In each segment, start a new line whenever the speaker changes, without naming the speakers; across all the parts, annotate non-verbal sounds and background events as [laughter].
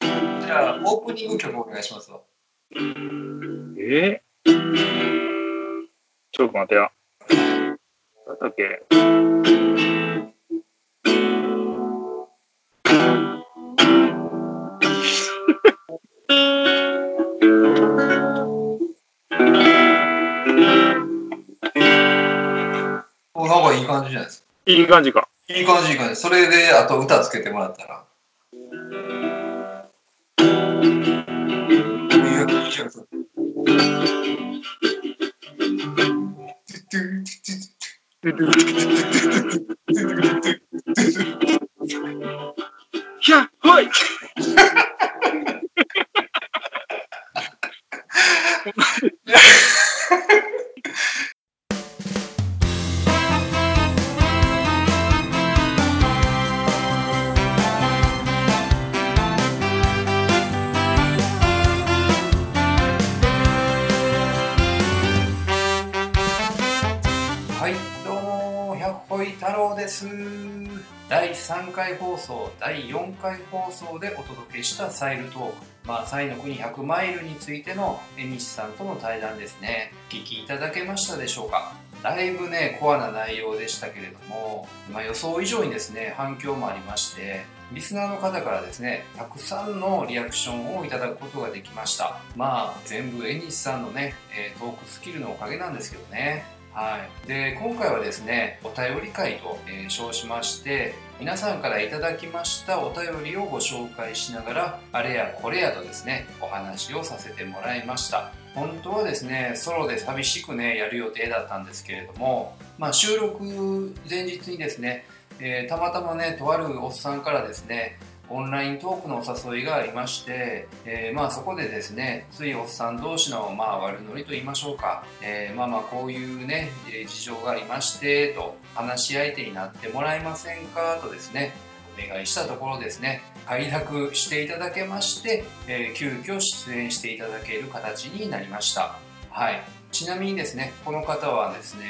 じゃあ、オープニング曲お願いしますわ。
えーちょっと待てよ。なんだっけ
おなんかいい感じじゃないです
いい感じか。
か。いい感じ、いい感じ。それで、あと歌つけてもらったら。いいよいいよ
ひゃっほい
はい、どうも、百歩井太郎です。第3回放送、第4回放送でお届けしたサイルトーク、まあ、サイの国100マイルについての江西さんとの対談ですね。お聞きいただけましたでしょうかだいぶね、コアな内容でしたけれども、まあ、予想以上にですね、反響もありまして、リスナーの方からですね、たくさんのリアクションをいただくことができました。まあ、全部江西さんのね、えートークスキルのおかげなんですけどね。はい、で今回はですねお便り会と、えー称しまして皆さんからいただきましたお便りをご紹介しながらあれやこれやとですねお話をさせてもらいました本当はですねソロで寂しくねやる予定だったんですけれども、まあ、収録前日にですね、えーたまたまねとあるおっさんからですねオンライントークのお誘いがありまして、えーまあそこでですね、ついおっさん同士の、まあ、悪ノリと言いましょうか、えーまあまあこういうね、えー事情がありまして、と話し相手になってもらえませんかとですね、お願いしたところですね、快諾していただけまして、えー急遽出演していただける形になりました。はい。ちなみにですね、この方はですね、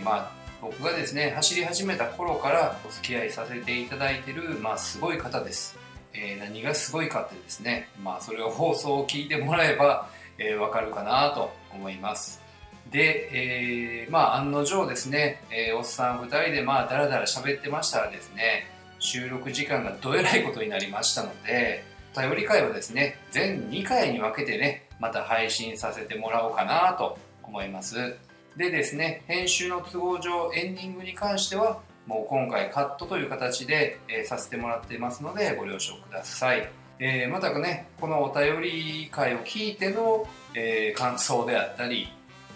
えーまあ僕がですね走り始めた頃からお付き合いさせていただいてる、まあ、すごい方です、えー何がすごいかってですね、まあ、それを放送を聞いてもらえば、えーわかるかなと思いますで、えーまあ案の定ですね、えーおっさん2人でまあダラダラ喋ってましたらですね収録時間がどえらいことになりましたので頼り会はですね全2回に分けてねまた配信させてもらおうかなと思いますでですね、編集の都合上エンディングに関してはもう今回カットという形で、えーさせてもらっていますのでご了承ください。えーまたね、このお便り会を聞いての、えー感想であったり、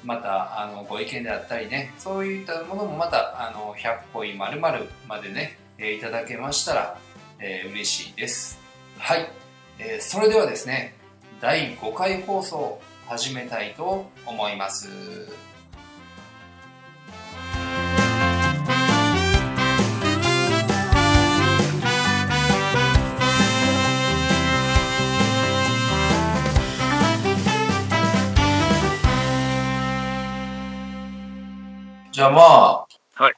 またあのご意見であったりね、そういったものもまたあの100個いまるまるまでね、えーいただけましたら、えー嬉しいです。はい、えーそれではですね、第5回放送始めたいと思います。じゃあまあ、
はい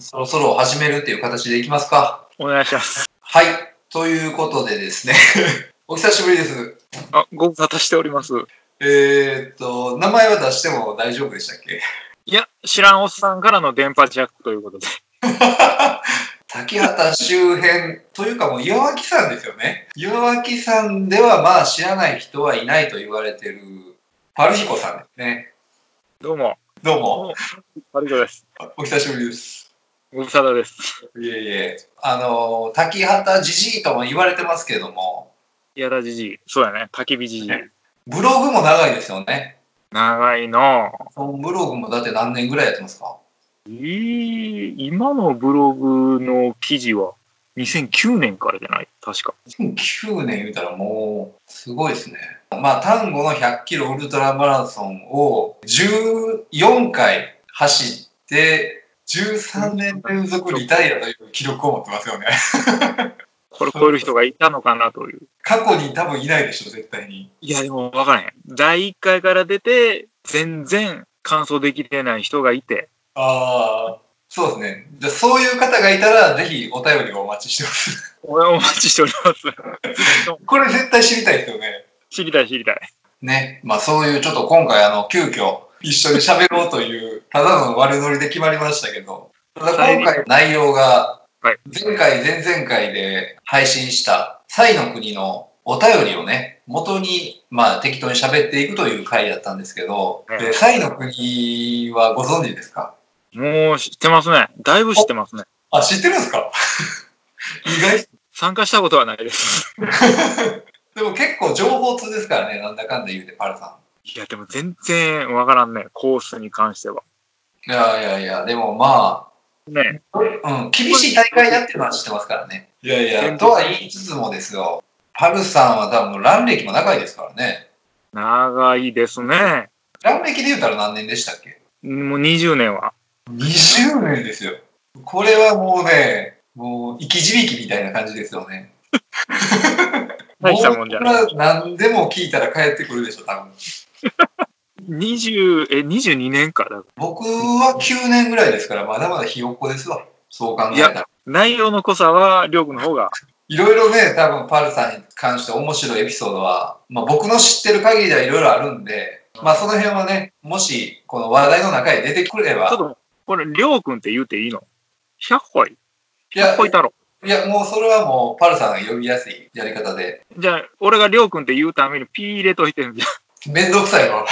そろそろ始めるっていう形でいきますか。
お願いします。
はい。ということでですね、 [laughs] お久しぶりです。
あ、ご無沙汰しております。
えーっと、名前は出しても大丈夫でしたっけ [laughs]
いや、知らんおっさんからの電波ジャックということで。
竹畑周辺というかもう岩脇山ですよね。岩脇山ではまあ知らない人はいないと言われてるパルヒコさんですね。
どうも、
どうも、
マリコです。
お久しぶりです。
ご無沙汰です。
いえいえ、あの、滝畑じじいとも言われてますけども、
やだじじい。そうやね。焚き火じじい。
ブログも長いですよね。
長いのう
そのブログもだって何年ぐらいやってますか
えー、今のブログの記事は2009年からじゃない確か。
?9 年言うたらもう、すごいですね。まあ、単語の100キロウルトラマラソンを14回走って、13年連続リタイアという記録を持ってますよね。
これ超える人がいたのかなという。
過去に多分いないでしょ、絶対に。
いや、でも分からへん。第1回から出て、全然完走できてない人がいて、
ああ。そうですね。じゃあそういう方がいたら、ぜひお便りをお待ちしてます。
俺をお待ちしております。 [laughs]
これ絶対知りたいですよね。
知りたい知りたい。
ね、まあそういうちょっと今回あの急遽一緒に喋ろうという [laughs] ただの悪ノリで決まりましたけど、ただ今回内容が
はい
前回前々回で配信したサイの国のお便りをね、元にまあ適当に喋っていくという回だったんですけど、
はい
でサイの国はご存知ですか
もう知ってますね。だいぶ知ってますね。
あ、知ってるんですか [laughs] 意外
参加したことはないです。 [laughs]
でも結構情報通ですからね、なんだかんだ言うて、パルさん。
いや、でも全然わからんね。コースに関しては。
いやいやいや、でもま
ね。
あ、うん、厳しい大会だっていうのは知ってますからね。いやいや、とは言いつつもですよ、パルさんは多分乱歴も長いですからね。
長いですね。
乱歴で言うたら何年でしたっけ
もう20年は。
?20 年ですよ。これはもうね、もう生き字引みたいな感じですよね。
大したもんじゃ
も
な
うこれは何でも聞いたら帰ってくるでしょ、多分。
20、え、22年か。だから
僕は9年ぐらいですから、まだまだひよっこですわ。そう考えたら。
内容の濃さは、りょうくんの方が。
いろいろね、多分パルさんに関して面白いエピソードは、まあ、僕の知ってる限りではいろいろあるんで、まあその辺はね、もしこの話題の中へ出てくれば
ちょっ、と、これ、りょうくんって言うていいの ?100 歩い
いや
?100 歩いたろ。
いやもうそれはもうパルさんが呼びやすいやり方で、
じゃあ、俺がりょうくんって言うためにピー入れといてんじゃん。
めんどくさい
[laughs]
わ。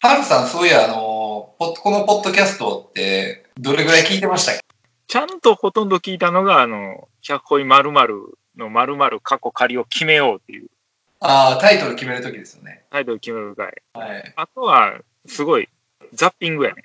パルさん、そういや、あのポッこのポッドキャストって、どれぐらい聞いてましたっけ
ちゃんとほとんど聞いたのが、あの、100歩い〇〇の〇〇過去仮を決めようっていう
ああ、タイトル決めるときですよね。
タイトル決める回。
はい。
あとは、すごい、ザッピングやね。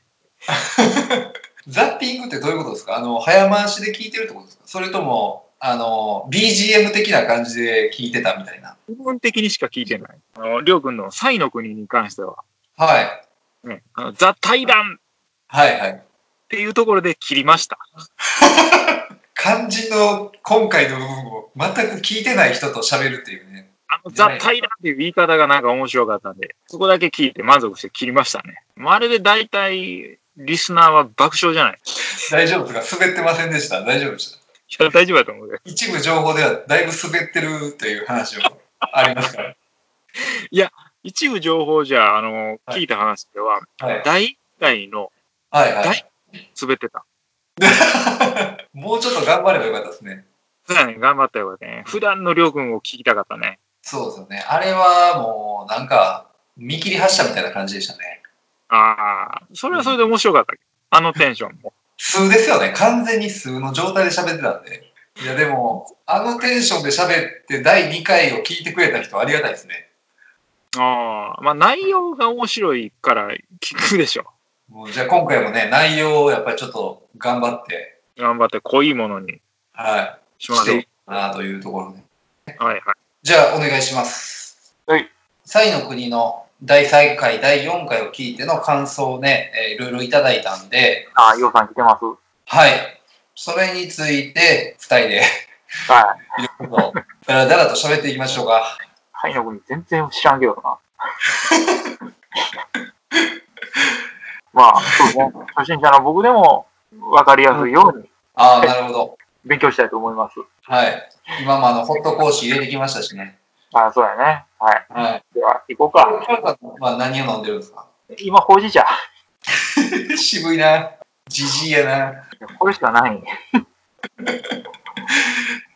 ザッピングってどういうことですかあの、早回しで聞いてるってことですかそれとも、あの、BGM 的な感じで聞いてたみたいな。
部分的にしか聞いてない。あの、りょうくんのサイの国に関しては、
はい。
ね、あのザ・対談
はいはい。
っていうところで切りました。
肝心の今回の部分を全く聞いてない人と喋るっていうね。
あの、ザ・タイランっていう言い方がなんか面白かったんで、そこだけ聞いて満足して切りましたね。まあ、あれで大体、リスナーは爆笑じゃない。
大丈夫ですか滑ってませんでした。大丈夫でした。
いや、大丈夫だと思うけど。
一部情報ではだいぶ滑ってるという話もありますから。
一部情報じゃ、あの、
はい
聞いた話では、
はい。
第1回の
はいはい。
滑ってた。
もうちょっと頑張ればよかったですね。
そうやね、頑張ったよね。普段のりょうくんを聞きたかったね。
そうですよね。あれはもうなんか見切り発車みたいな感じでしたね。
ああ、それはそれで面白かったけど。あのテンションも。 [laughs]
数ですよね。完全に数の状態で喋ってたんで。いやでも、あのテンションで喋って第2回を聞いてくれた人ありがたいですね。
ああ、まあ内容が面白いから聞くでしょ。
もうじゃあ今回もね、内容をやっぱりちょっと頑張って、
頑張って濃いものに
は
し
い、
ま
し
しょ
て
う
い。くなというところで。
はいはい。
じゃあお願いします。
はい。
サイの国の第3回、第4回を聞いての感想をね、えーいろいろいただいたんで、
ああ、ようさん来てます。
はい。それについて、2人で
はい。
いろいろと、だらだらと喋っていきましょうか。
タイの国全然知らんけどな。 [laughs] まあ、そうね。初心者の僕でも分かりやすいように
ああ、なるほど。
勉強したいと思います。
はい。今もあの、ホットコース入れてきましたしね。
ああ、そうやね。はい。
はい。
では、行こう
パル
か。
さんは何を飲んでるんですか [laughs]
今、ほうじ茶。
渋いな。じじいやな。
これしかない。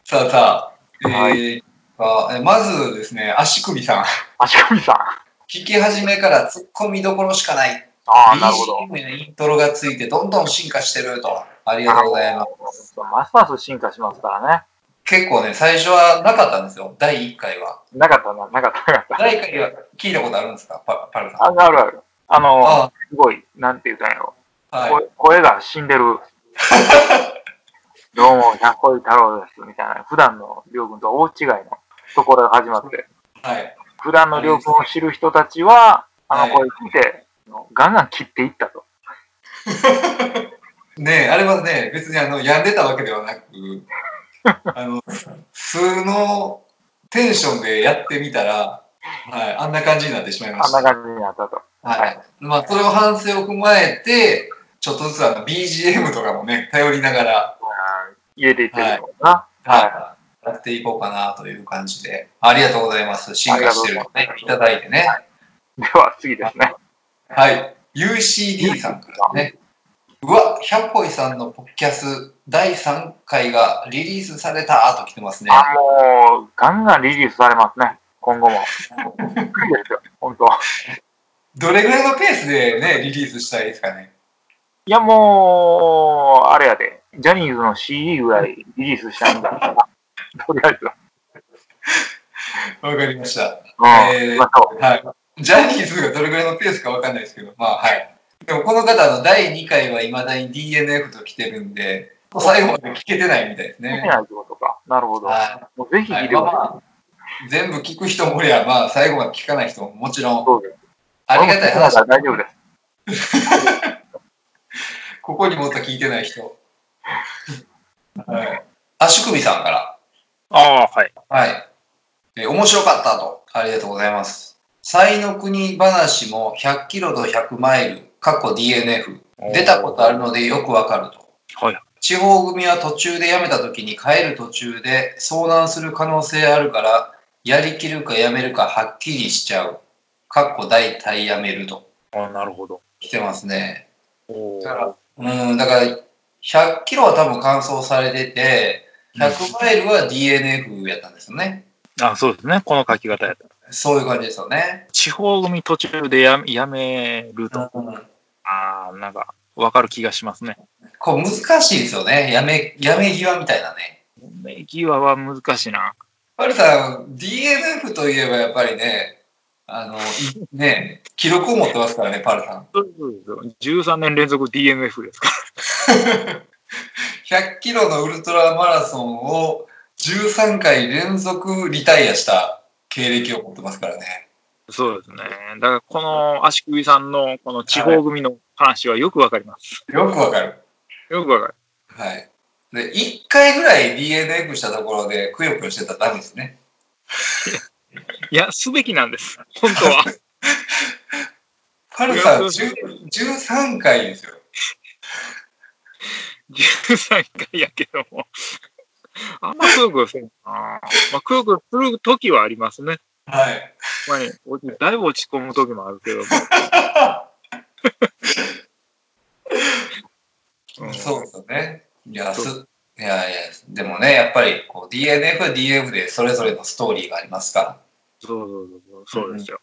さあさあ、えー
は
あえまずですね、足首さん。 [laughs]
足首さん。
聞き始めから突っ込みどころしかない。
ああ、なるほど。
BGM のイントロがついてどんどん進化してると。ありがとうございます。
ますます進化しますから
結構ね、最初はなかったんですよ。第1回は。
ね。なかったな、なかった、なかった。
第1回は聞いたことあるんですかパパルさん。
ああるある。あの、
あ
すごい、なんて言うたんやろ。
はい。
声声が
[laughs]
死んでる。どうも、百恋太郎です。みたいな。普段のりょうくんとは大違いのところが始まって。
はい。
普段のりょうくんを知る人たちは、あの
は
声聞いて、ガンガン切っていったと。
ねえ、あれはね、別にあの、病んでたわけではなく、 [laughs] あの、数のテンションでやってみたら、はい、あんな感じになってしまいま
あ
し
ん
た
な。感じになったと。
は。
はい
まあ、それを反省を踏まえて、ちょっとずつあの BGM とかもね、頼りながら、
入れていってるのかな。はい。
はやっていこうかなという感じで、ありがとうございます。進化してるのね、いただいてね。
では、次ですね。
はい。UCD さんからね。うわ、百歩いさんのポッキャス第3回がリリースされたと来てますね。
あ、もう、ガンガンリリースされますね。今後も。びっくりですよ。本当。
どれぐらいのペースでね、リリースしたらいいですかね。
いや、もう、あれやで。ジャニーズの CD ぐらいリリースしたいんだから。とりあえず。
わかりました。
うん。
えー
まあそう
はい。ジャニーズがどれぐらいのペースかわかんないですけど、まあはい。でもこの方あの第2回はいまだに DNF と来てるんで、最後まで聞けてないみたいです
見て
ね。
ないってことか。なるほど。
は
もうぜ
い。
ひ
は
見
い、
て
まあ
ほ
ま
しい。
あ、全部聞く人もおりゃ、まあ最後まで聞かない人ももちろん
そうです。
ありがたい話。
大丈夫です。
ここにもっと聞いてない人。はい。足首さんから。
ああ、はい。
はい。えー面白かったと。ありがとうございます。才の国話も100キロと100マイル、過去 DNF。出たことあるのでよくわかると。
はい。
地方組は途中で辞めた時に帰る途中で遭難する可能性あるから、やりきるかやめるかはっきりしちゃう。かっこ大体やめると。
あなるほど。
来てますね。
お
だからうん、だから、100キロは多分完走されてて、100マイルは DNF やったんですよね。
あそうですね。この書き方やった。
そういう感じですよね。
地方組途中でややめると。
うん
ああ、なんか、わかる気がしますね。
こう難しいですよね。やめ、やめ際みたいなね。
メギワは難しいな。
パリさん、DNF といえばやっぱりね、あの、いね、記録を持ってますからね、パルさん。
13年連続 DMF ですか。
100キロのウルトラマラソンを13回連続リタイアした経歴を持ってますからね。
そうですね。だから、この足首さんの、この地方組の話はよくわかります。
よくわかる。
よくわかる。
はい。で、1回ぐらい DNF したところで、くよくよしてたらダメですね。
いや、すべきなんです。本当は。
パルさん、
くよくよ
10 13回ですよ。
13回やけども。あんまくよくよせんな。まあ、くよくよする時はありますね。
はい。
まあね、落ちだいぶ落ち込む時もある [laughs] けども。うん
そうですよね。いや、
そ
す、いやいや、でもね、やっぱりこう DNF は DNF でそれぞれのストーリーがありますか
そうそうそうそう、そうですよ。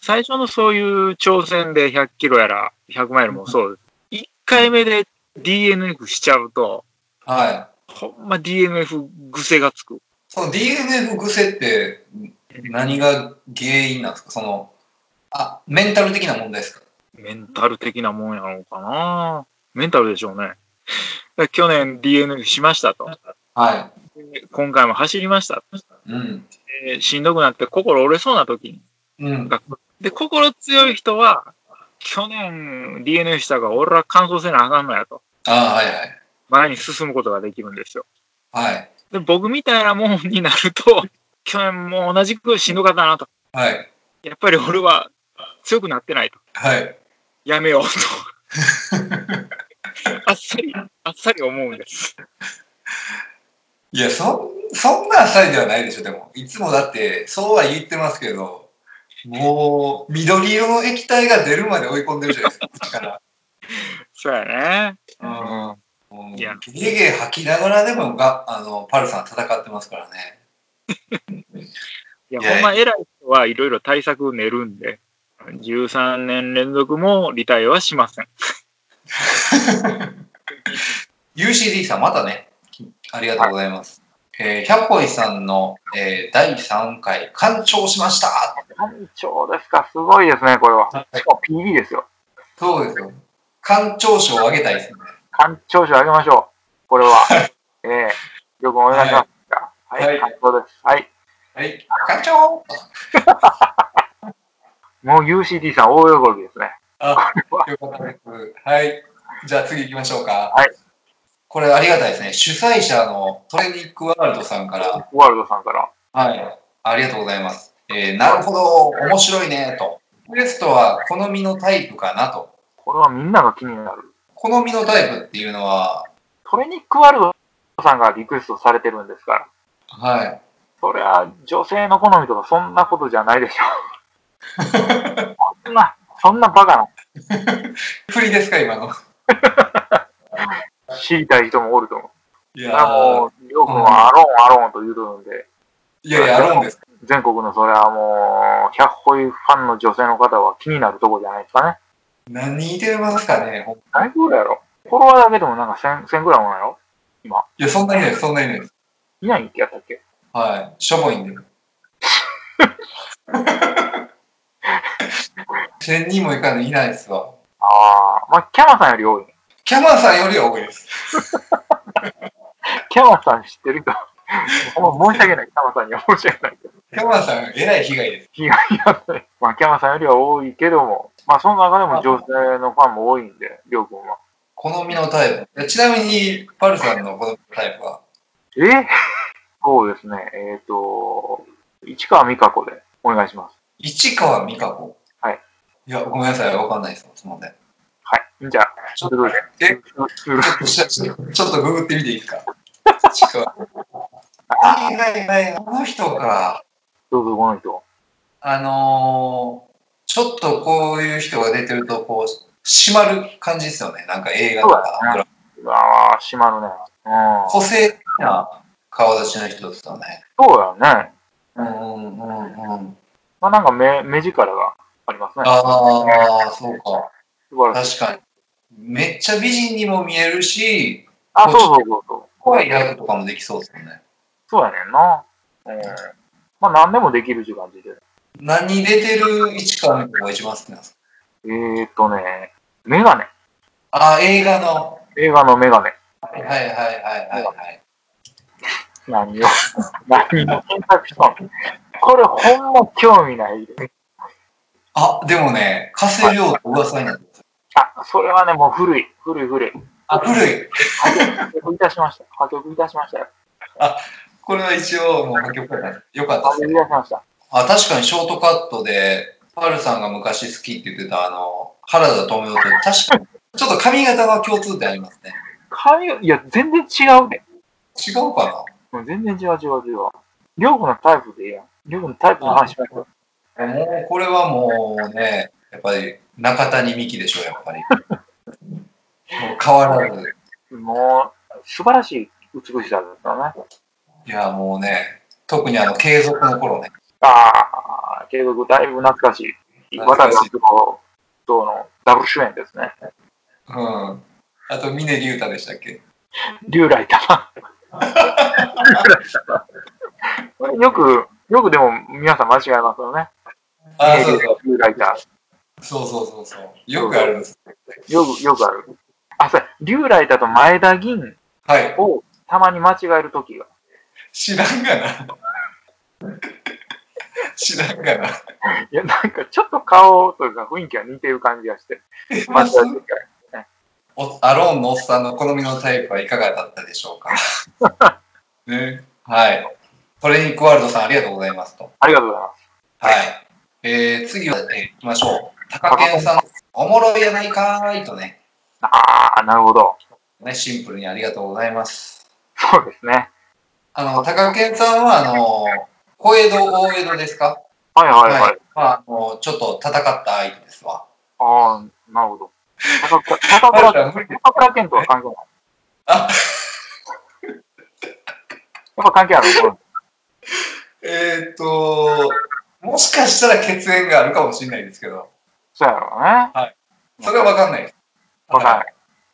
最初のそういう挑戦で100キロやら100マイルもそうです。1回目で DNF しちゃうと、
ら。はい。
ほんま DNF 癖がつく。
その DNF 癖って何が原因なんですかその、あ、メンタル的な問題ですか
メンタル的なもんやろうかな。メンタルでしょうね。だから去年 DNF しましたと。
は
で今回も走りました。
い。うん。
でしんどくなって心折れそうな時に。
うん。
で、心強い人は、去年 DNF したから俺ら完走せなあかんのやと。
ああ、はいはい。
前に進むことができるんですよ。
はい。
で僕みたいなもんになると、 [laughs] 去年も同じくしんどかったなと。
はい。
やっぱり俺は強くなってないと。
はい。
やめようと。あっさり、あっさり思うんです。
いや、そん、そんな浅いではないでしょ、でも。いつもだって、そうは言ってますけど、もう、緑色の液体が出るまで追い込んでるじゃないですか、口から。
そうやね。
うん。もう
いや
ゲゲ吐きながらでもが、あの、パルさん戦ってますからね。
いや、
いや
ほんま偉い人はいろいろ対策を練るんで、13年連続もリタイアはしません。
UCD さん、またね、ありがとうございます。えー、百歩井さんの、えー第3回、完聴しました
単調ですか、すごいですね、これは。しかも PD ですよ。
そうですよ。完聴賞をあげたいですね。
単調賞あげましょう。 [laughs] これは。ええよくお願いします。はい
はい完
調です。はい。
はい、完聴
もう UCD さん大喜びですね。
あ、よかったです。はい。じゃあ次行きましょうか。
はい。
これありがたいですね。主催者のトレニックワールドさんから。
ワールドさんから。
はい。ありがとうございます。えーなるほど、面白いね、と。ベストは好みのタイプかなと。
これはみんなが気になる。
好みのタイプっていうのは、
トレニックワールドさんがリクエストされてるんですから。
はい。
そりゃ、女性の好みとかそんなことじゃないでしょ。
[laughs]
そんな、そんなバカな、
振りですか、今の。
知りたい人もおると思。
いうや
あも
ー
う、りょうくんはアローン、アローンと言うとるんで、
いやいや、あるんです。
全国のそれはもう、百歩いファンの女性の方は気になるとこじゃないですかね。
何人いてますかね。ほん
だいぶぐらいやろ。フォロワーだけでもなんか1000、1000ぐらいもないろ
いや、そんないないです、そんないないです。
いないってやったっけ
はい。しょぼいんで。1000人もいかない、いないですわ。
ああ、まあ、キャマさんより多いね。
キャマンさんよりは多いです。
キャマさん知っ
[laughs]
てる人もう申し訳ない。キャマさんには申し訳ないけど。
キャマンさん、えらい被害です。
被害に遭ってまあ、キャマさんよりは多いけども、まあ、その中でも女性のファンも多いんで、りょうくんは。
好みのタイプ。ちなみに、パルさんの好みのタイプは、
えそうですね。えっ、と、市川美香子でお願いします。
市川美香子。
はい。
いや、ごめんなさい、わかんないです、その問題。
はい。じゃあ、
ちょっ
ということで
えちょっとしちょっとググってみていいですか。市
[laughs]
川。はいはいはい、この人か。
どうぞ、この人。
あのー、ちょっとこういう人が出てると、こう、締まる感じですよね。なんか映画とか
そうだね、うわあ、閉まるね。うん。
個性的な顔立ちの人ですよね。
そうだよね。
うんうんうんうん。
まあ、なんか目、目力がありますね。
ああ、そうか。
素晴らしい。
確かに。めっちゃ美人にも見えるし、
あ、そうそうそうそう。
怖い役とかもできそうですよね。
そうやねんな。うん。まあ、何でもできるっていう感じで。
何に出てる市川美香子が一番好きなんですか
えーっとね、メガネ。
あ、映画の。
映画のメガネ。
はいはいはいはいはい。
何 [laughs] を、何を検索したのこれほんま興味ない。
あ、でもね、加瀬亮と噂になってます。
あ、それはね、もう古い。古い古い。
あ、古い。
破局いたしました。破局いたしましたよ。
これは一応もう破局だったんです。よかった
破
です
局い
ね。
たしました。
あ、確かにショートカットで、パルさんが昔好きって言ってたあの、原田知世と確かに、ちょっと髪型は共通点ありますね。
髪が、いや、全然違うね。
違うか
もう全然違う違う違う。両方のタイプでいいやん。両方のタイプの話しましょう。
なもうこれはもうね、やっぱり中谷美紀でしょう、やっぱり。もう変わらず。
もう、素晴らしい美しさですからね。
いや、もうね、特にあの、継続の頃ね。
ああ、継続だいぶ懐かしい。
懐
渡
か
部
しい
篤郎とのダブル主演ですね。
うん。あと、峰竜太でしたっけ
竜来たな。よく、よくでも皆さん間違えますよね。
あーそうそう。
竜来た。
そうそうそうそう。よくあるんです。
よく、よくある。あ、そうや竜来たと前田銀
はい。
をたまに間違えるときが。
知らんがな。知らんがな。
いや、なんかちょっと顔というか雰囲気が似てる感じがして。間違えるときが。
おアローンのおっさんの好みのタイプはいかがだったでしょうか。
[laughs]
ね。はい。トレニックワールドさんありがとうございますと。
ありがとうございます。
はい。えー、次は、えー、行きましょう。高健さん、おもろいやないかーいとね
ああ、なるほど。
ね、シンプルにありがとうございます。
そうですね。
あの、高健さんは、あの、小江戸、大江戸ですか
はいはいはい。
まあ、あの、ちょっと戦った相手ですわ。
ああ、なるほど。高倉、高
あ
倉
なたは無理
高倉健とは関係ない。 [laughs]
あ
やっぱ関係あるの
えーっと、もしかしたら血縁があるかもしれないですけど、
そうやろうね。
それはわかんないです。
わかん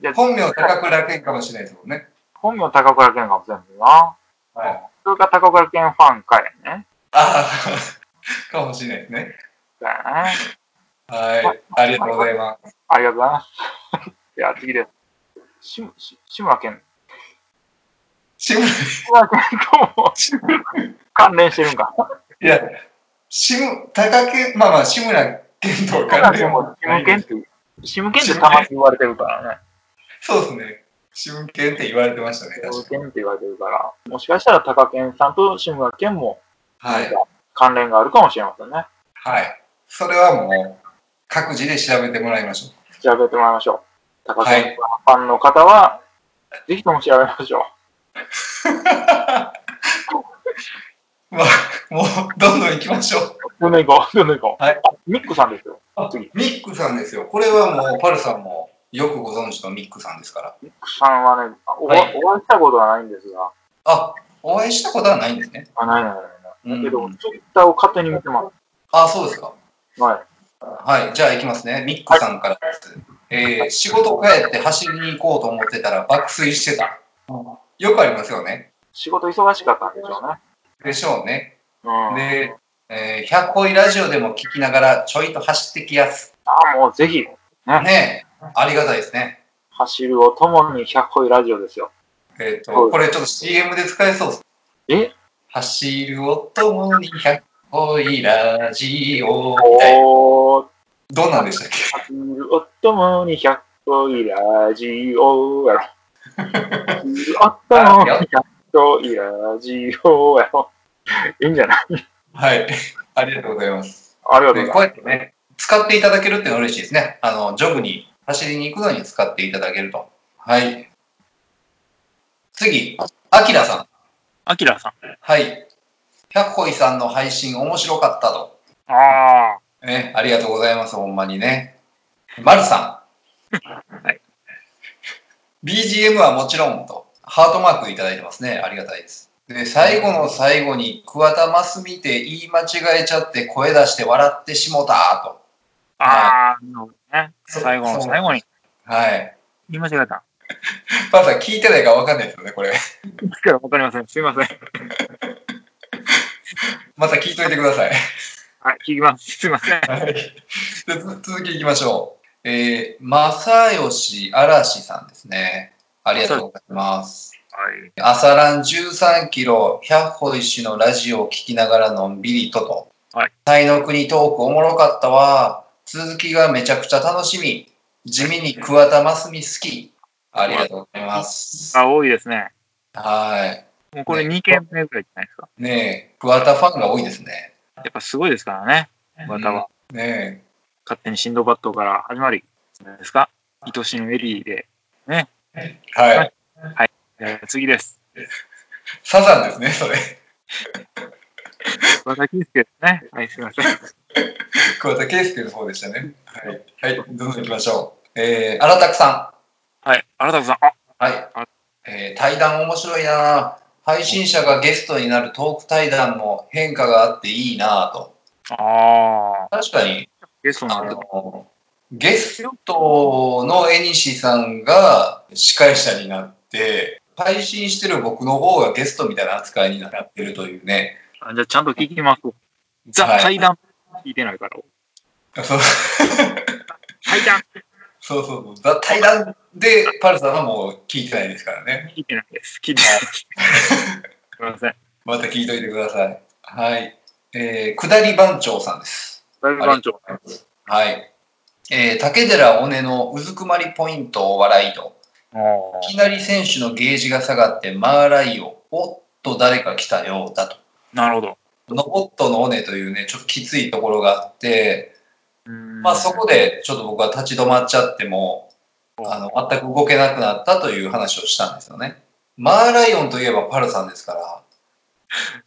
ない。
本名高倉健かもしれないですもんね。
本名高倉健かもしれんな。
はい。
それか高倉健ファンかやね。
ああ、かもしれないですね。
そうやね。
はい。ありがとうございます。
ありがとうございます。 [laughs] では次です。し、し、志村健。
志村、
志村健と
[laughs]
も関連してるんか。
いや、志村、高健、まあまあ、志村健とは
志村
関
健
連は、
も志村健っていう、志村健ってたまに言われてるからね。
そうですね。志村健って言われてましたね、
志村
確か
健って言われてるから、もしかしたら高健さんと志村健も
に。はい。
関連があるかもしれませんね。
はい。それはもう、各自で調べてもらいましょう。
調べてもらいましょう。高
は
倉
い
健ファンの方は、ぜひとも調べましょう。
[laughs] もう、どんどん行きましょう。
どんどん [laughs] 行こう。どんどん行こう。
はい
あ、ミックさんですよ。
あ
次
ミックさんですよ。これはもう、パルさんもよくご存知のミックさんですから。
ミックさんはね、あお,、
はい
お会いしたことはないんですが、
あ、お会いしたことはないんですね。
あ、ないないな
う
い。
ん
けど、ツイッターを勝手に見てま
あ、そうですか。
す。はい。
はい、じゃあ行きますね。ミックさんからです。えー仕事帰って走りに行こうと思ってたら爆睡してた。よくありますよね。
仕事忙しかったんでしょうね。
でしょうね。
うん。
で、えー、100恋ラジオでも聞きながらちょいと走ってきやす。
あ、もうぜひ、
ねえ、ありがたいですね。
走るを共に100個いラジオですよ。
えっ、と、これちょっと CM で使えそうです。
え
走る音に100恋ラジオ。
おー、
どんなんでしたっけ
走るを共に100個いラジオやろ。走るを共に100個いラジオやろ。いいんじゃない
はい。 [laughs] ありがとうございます。
ありがとうございま
ね
す
こうやってね、使っていただけるっていうのは嬉しいですね。あの、ジョブに、走りに行くのに使っていただけると。はい。次、アキラさ
アキラさん。
ん。はい。百恋さんの配信面白かったと。
ああ。
ね、ありがとうございます、ほんまにね。マルさん。
はい。
BGM はもちろんと、ハートマークいただいてますね。ありがたいです。で、最後の最後に、桑田真澄って言い間違えちゃって声出して笑ってしもたと。
ああ、なるほどね。
そう
最後の
そう
最後に。
はい。
言い間違えた。
パンさん聞いてないか分かんないですよね、これ。
ですからわかりません。すいません。
また聞いといてください。
はい、聞きます。すいません。
はいでつ続きいきましょう。えー、正義嵐さんですね。ありがとうございます。
はい。
朝ラン13キロ、百歩石のラジオを聞きながらのんびりとと。
はい。
才の国トークおもろかったわ。続きがめちゃくちゃ楽しみ。地味に桑田真澄好き。ありがとうございます。
あ、多いですね。
は
もうこれ
ね
2件目ぐらいじゃないですか。
い。ねえ、桑田ファンが多いですね。
やっぱすごいですからね。または、
ねえ。
勝手に振動バットから始まりですか。愛しのエリーで。
はい。
じゃあ次です。
サザンですね、それ。
和田圭介ですね。はい、すいません。
桑田佳祐の方でしたね。はい。はい、どんどん行きましょう。えー、荒拓さ
はい、新田さん。あ、
ん。はい
あ。
えー、対談面白いな配信者がゲストになるトーク対談も変化があっていいなと。
ああ。
確かに、
ゲスト
あ
なんだ。
の、ゲストの江西さんが司会者になって、配信してる僕の方がゲストみたいな扱いになってるというね。
あじゃあちゃんと聞きます。ザ
はい
対談聞いてないから。
そう
対談
そうそうそう。ザ対談でパルさんはもう聞いてないですからね。
聞いてないです。聞いてないです。すいません。
また聞いといてください。はい。えー、下り番長さんです。
大番長。
はい。えー、竹寺尾根のうずくまりポイントを笑いと。
あー
いきなり選手のゲージが下がってマーライオン、おっと誰か来たようだと。
なるほど。
のぼっとの尾根というね、ちょっときついところがあって、
ま
まあそこでちょっと僕は立ち止まっちゃっても、あの、全く動けなくなったという話をしたんですよね。マーライオンといえばパルさんですから、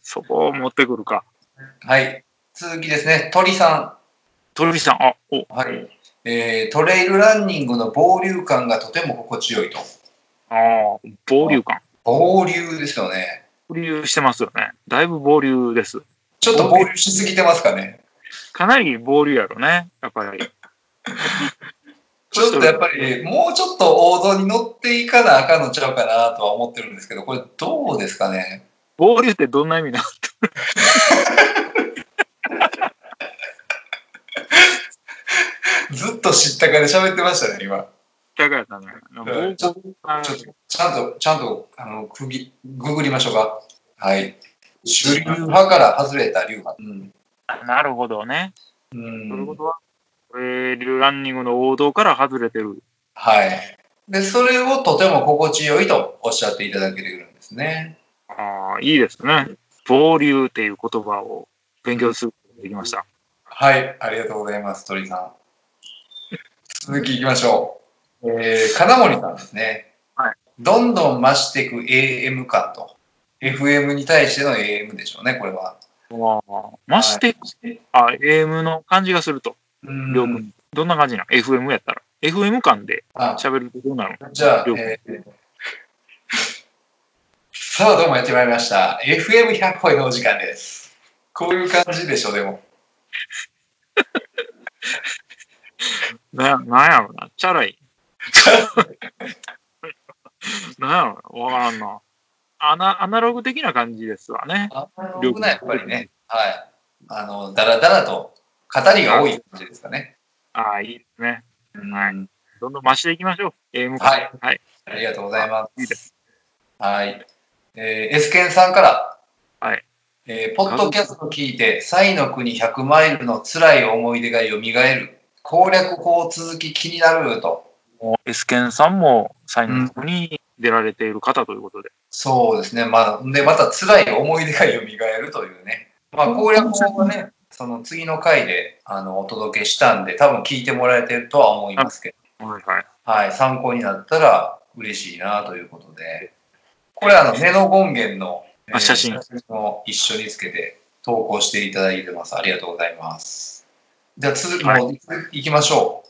そこを持ってくるか。
はい。続きですね、鳥さん。
鳥さん、あ、お、
はい、えートレイルランニングの暴流感がとても心地よいと。
ああ、暴流感。
暴流ですよね。
暴流してますよね。だいぶ暴流です。
ちょっと暴流しすぎてますかね。
かなり暴流やろね。やっぱり。
ちょっとやっぱり、もうちょっと王道に乗っていかなあかんのちゃうかなとは思ってるんですけど、これどうですかね。
暴流ってどんな意味なの
ずっと知ったかで喋ってましたね、今。
だからだね。
うんちょっと、
あ
ちょっとちゃんと、ちゃんと、あの、くぎ、ググりましょうか。はい。主流派から外れた流派。うん。
なるほどね。
う
というんこ。とは、トレイルランニングの王道から外れてる。
はい。で、それをとても心地よいとおっしゃっていただけてるんですね。
ああ、いいですね。暴流っていう言葉を勉強することができました。
はい、ありがとうございます、鳥さん。続きいきましょう。えー、金森さんですね。
はい
どんどん増していく AM 感と。 FM に対しての AM でしょうね、これは。
ああまして、
はい
あ、AM の感じがすると。
うん
りょうくんどんな感じなん ?FM やったら。FM 間で
あ
喋るとどうなの
じゃあ、
りょうくん
えーさあ、どうもやってまいりました。FM100 声のお時間です。こういう感じでしょ、でも。
な、なんやろな。チャラ
[laughs]
い。なんやろな。わからんな。アナ、アナログ的な感じですわね。
あんまり多くない、やっぱりね。はい。あの、だらだらと、語りが多い感じですかね。
ああ、いいですね。
うん
はいどんどん増していきましょう。AM 間。
はい。
はい。
ありがとうございま。
いいです
はい。えー、S ケンさんから、
はい。
えーポッドキャスト聞いて、サイの国100マイルの辛い思い出が蘇る、攻略法続き気になると。
もう S ケンさんもサインに出られている方ということで。
そうですね。まあ、で、また辛い思い出が蘇るというね。まあ、攻略法はね、その次の回で、あの、お届けしたんで、多分聞いてもらえてるとは思いますけど、
はいはい。
はい。参考になったら嬉しいなということで、これ、あの、ネノゴンゲンの、
あ写真
を一緒につけて投稿していただいてます。ありがとうございます。じゃあ、続き、
はい
もう行きましょ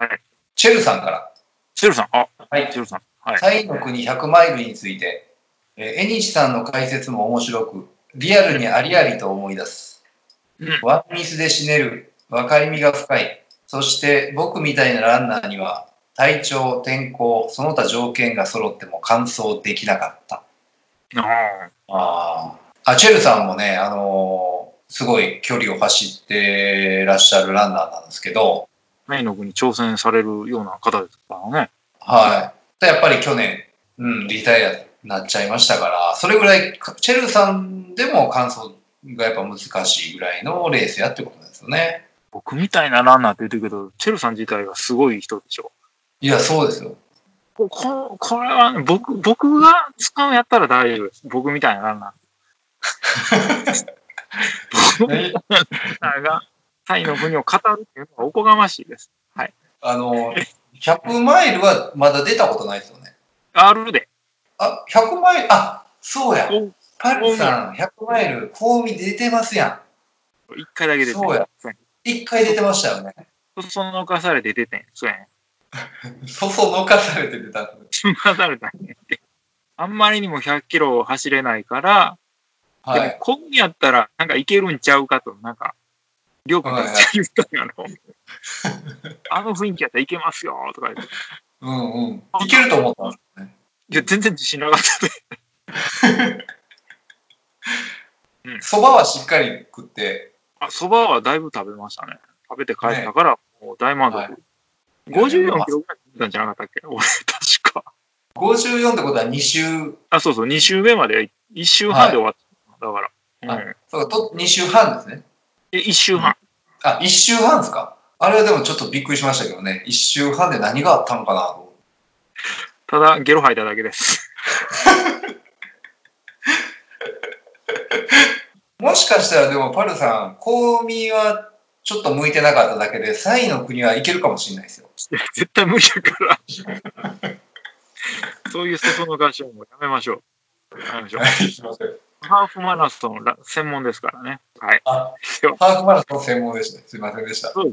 う。
はい
チェルさんから。
シェルさん、あ、
はい
シェルさん。はい。
サイの国100マイルについて、えー、江西さんの解説も面白く、リアルにありありと思い出す
うん。
ワンミスで死ねる、分かりみが深い。そして僕みたいなランナーには、体調、天候、その他条件が揃っても完走できなかった。
あ
あーあ、チェルさんもね、あのーすごい距離を走ってらっしゃるランナーなんですけど、
ーサイの国に挑戦されるような方ですからね。
はい。でやっぱり去年、うん、リタイアになっちゃいましたから、それぐらい、かチェルさんでも完走がやっぱ難しいぐらいのレースやってことなんですよね。
僕みたいなランナーって言ってるけど、チェルさん自体がすごい人でしょ。
いや、そうですよ。
こここれはね、僕、僕が使うんやったら大丈夫です。僕みたいなランナー。僕みたいなランナーが、サイの国を語るっていうのはおこがましいです。
あの、100マイルはまだ出たことないですよね。
R で。
あ、100マイル、あ、そうや。
お
パルさん、100マイル、香味出てますや
一回だけ出てん
そうや。
そうん
一回出てましたよね。
そそのかされて出てん。そうやね。
そそのかされて出た。
そのかされたんやって。あんまりにも100キロを走れないから、
は
でも
い。
今夜やったらなんかいけるんちゃうかと、なんか、りょうくんが
はいはい
言った
[laughs]
やろ。あの雰囲気やったらいけますよとか言って。
うんうん。いけると思ったんですよね。
いや、全然自信なかったで。
そばはしっかり食って、
あ、蕎麦はだいぶ食べましたね。食べて帰ったから、もう大満足。
はい
54キロぐらい食ったんじゃなかったっけ俺、確か。
54ってことは2週、
あ、そうそう、2週目まで、1週半で終わった。だから。
は
うん。
そうかと2週半ですね。
え、1週半。
あ、一周半ですかあれはでもちょっとびっくりしましたけどね。一周半で何があったのかなと。
ただ、ゲロ吐いただけです。
もしかしたらでもパルさん、香味はちょっと向いてなかっただけで、サイの国はいけるかもしれないですよ。
絶対無理やから。そういうそその合唱もやめましょう。やめましょう。ハーフマラソンら専門ですからね。はい。
あ
では、
ハーフマラソン専門でした。すいませんでした。
そう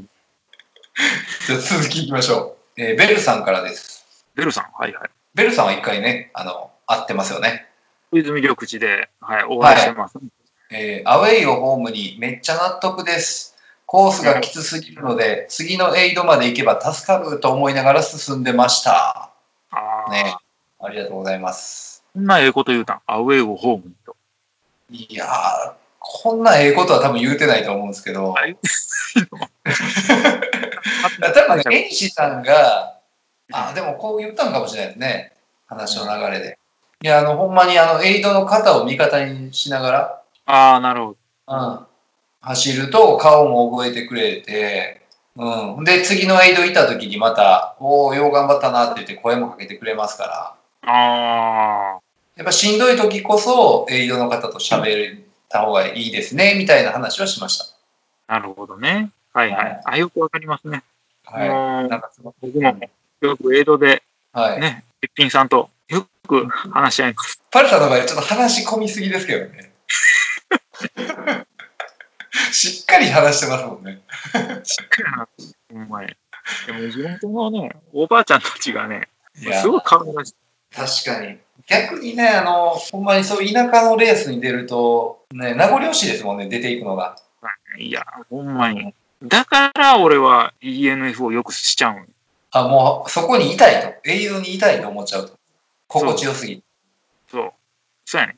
じゃあ続きいきましょう。えーベルさんからです。
ベルさん、はいはい。
ベルさんは一回ね、あの、会ってますよね。
泉緑地で、はい、応援してます。
えーアウェイをホームにめっちゃ納得です。コースがきつすぎるので、次のエイドまで行けば助かると思いながら進んでました。
ああ、
ねありがとうございます。
こんなええこと言うたん。アウェイをホームにと。
いやー、こんなええことは多分言うてないと思うんですけど、
はい
[laughs] 多分ね、エンシさんが、あ、でもこう言ったんかもしれないですね。話の流れで。いや、あの、ほんまにあの、エイドの肩を味方にしなが
ああ、なるほど。
ら、うん、走ると顔も覚えてくれて、うん。で、次のエイド行った時にまた、おお、よう頑張ったなって言って声もかけてくれますから、
ああ、
やっぱしんどい時こそ、エイドの方と喋った方がいいですね、みたいな話はしました。
なるほどね。はいは
はい
い。あ、よくわかりますね。
はい。
もう
なんかすごい。
僕もよくエイドで
はい。
ね、一品さんとよく話し合います。
パルさんの場合、ちょっと話し込みすぎですけど [laughs] ね。しっかり話してますもんね。
しっかり話す。お前。でも地元のね、おばあちゃんたちがね、
いや
すごい可愛らしい。
確かに。逆にね、あの、ほんまにそう田舎のレースに出ると、ね、名残惜しいですもんね、出ていくのが。
いや、ほんまに。だから俺は ENF をよくしちゃうんよ
あ、もう、そこにいたいと。映像にいたいと思っちゃうと。心地よすぎて。
そう。そうやね。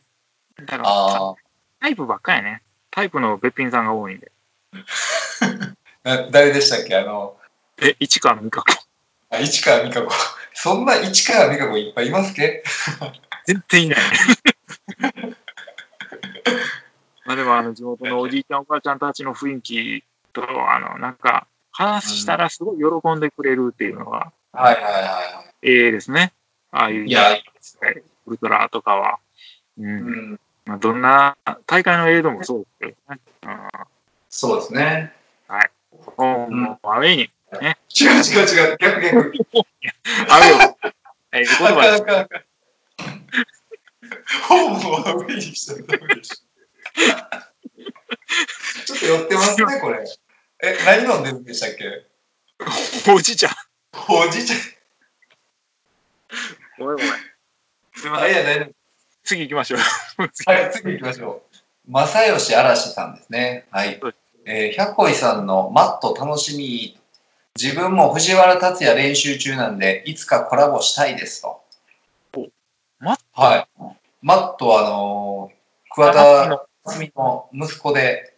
だからタ、
ああ
タイプばっかやね。タイプのべっぴんさんが多いんで。
な。誰でしたっけあの、
え、市川美香子。
あ市川美香子。 [laughs] そんな市川美香子いっぱいいますっけ
全然いない。
[laughs]
まあでも、あの、地元のおじいちゃん、おばあちゃんたちの雰囲気と、あの、なんか、話したらすごい喜んでくれるっていうのが、
はいはいは
ええですね。ああいう、
い。いや、
ウルトラとかは。う。
うんん、
まあ、どんな大会の映像もそうですけどね。
そうですね。
ホームもアウェイに、
違う違う違う、逆逆。 [laughs]
アウェイを、え [laughs] ー、言
あかん
葉
あかんあかん。ホームをアウェイにしたらダメでしょ。ちょっと寄ってますね、これ。え、何飲んでるんでしたっけ
で、おじいちゃん。
ほうじ茶。
ごめんごめん。すいま
あ、
せ
い
ん。
や、大丈
次行きましょう。
夫。はい、次行きましょう。正義嵐さんですね。はい
はい。
えー、百恋さんのマット楽しみ。自分も藤原達也練習中なんで、いつかコラボしたいですと。
マッ
トはい。マットは、あのー、桑田辰巳の息子で、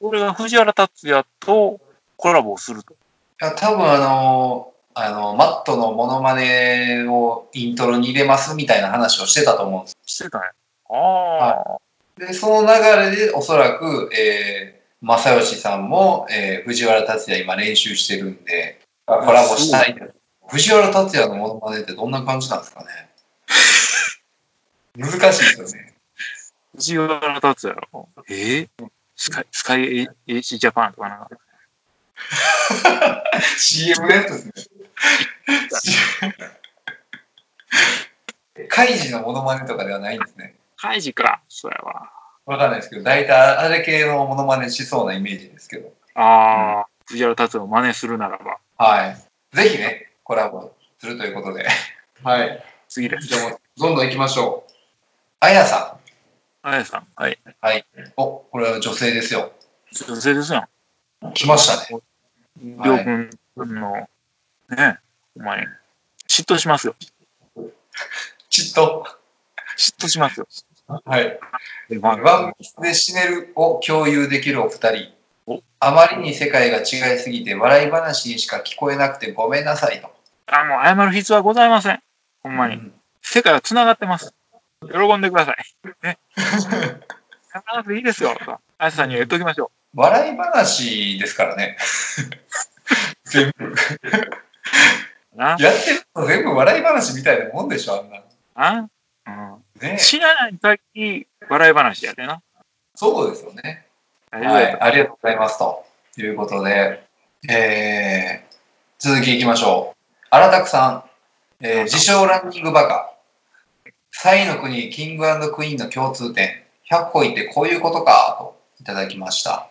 俺が藤原達也とコラボをすると。
いや多分あのあのマットのモノマネをイントロに入れますみたいな話をしてたと思うんです
してたね。ああ、
でその流れでおそらく、えー、正義さんも、えー藤原達也今練習してるんでコラボしたい藤原達也のモノマネってどんな感じなんですかね [laughs] 難しいですよね
藤原達也の。ええスカイ、スカイ AC ジャパンとかなんか。
CM のやつです [laughs] ねカイジのモノマネとかではないんですね
カイジか。そうやわ。
わかんないですけど、大体あれ系のモノマネしそうなイメージですけど。
ああ、藤原達也を真似するならば、
はい。ぜひね、コラボするということで。はい。
次です。
じゃあもう、どんどん行きましょう。あやさ
あやさん。はい。
ん。お、これは女性ですよ。
女性ですや
来ましたね。
ん。
はい
りょうくんの、ねお前、嫉妬しますよ。
ちっと。
嫉妬しますよ。
はい。
でま
ワ
あ
ンピースで死ねるを共有できるお二人
お。
あまりに世界が違いすぎて笑い話にしか聞こえなくてごめんなさいと。
あの、謝る必要はございません。ほんまに。
うん
世界は繋がってます。喜んでください。 [laughs] ね。謝らなくていいですよ。とあやさんには言っときましょ
笑い話ですからね。 [laughs] 全部。
う。な。
やってるの全部笑い話みたいなもんでしょ、あんなの。
な。うん。
ね
知らない先、笑い話やでな。
そうですよね。
大丈夫
は
や
い、ありがとうございます。ということで、えー、続きいきましょう。荒拓さん、えー自称ランニングバカ。サイの国、キングクイーンの共通点。100個いてこういうことか、といただきました。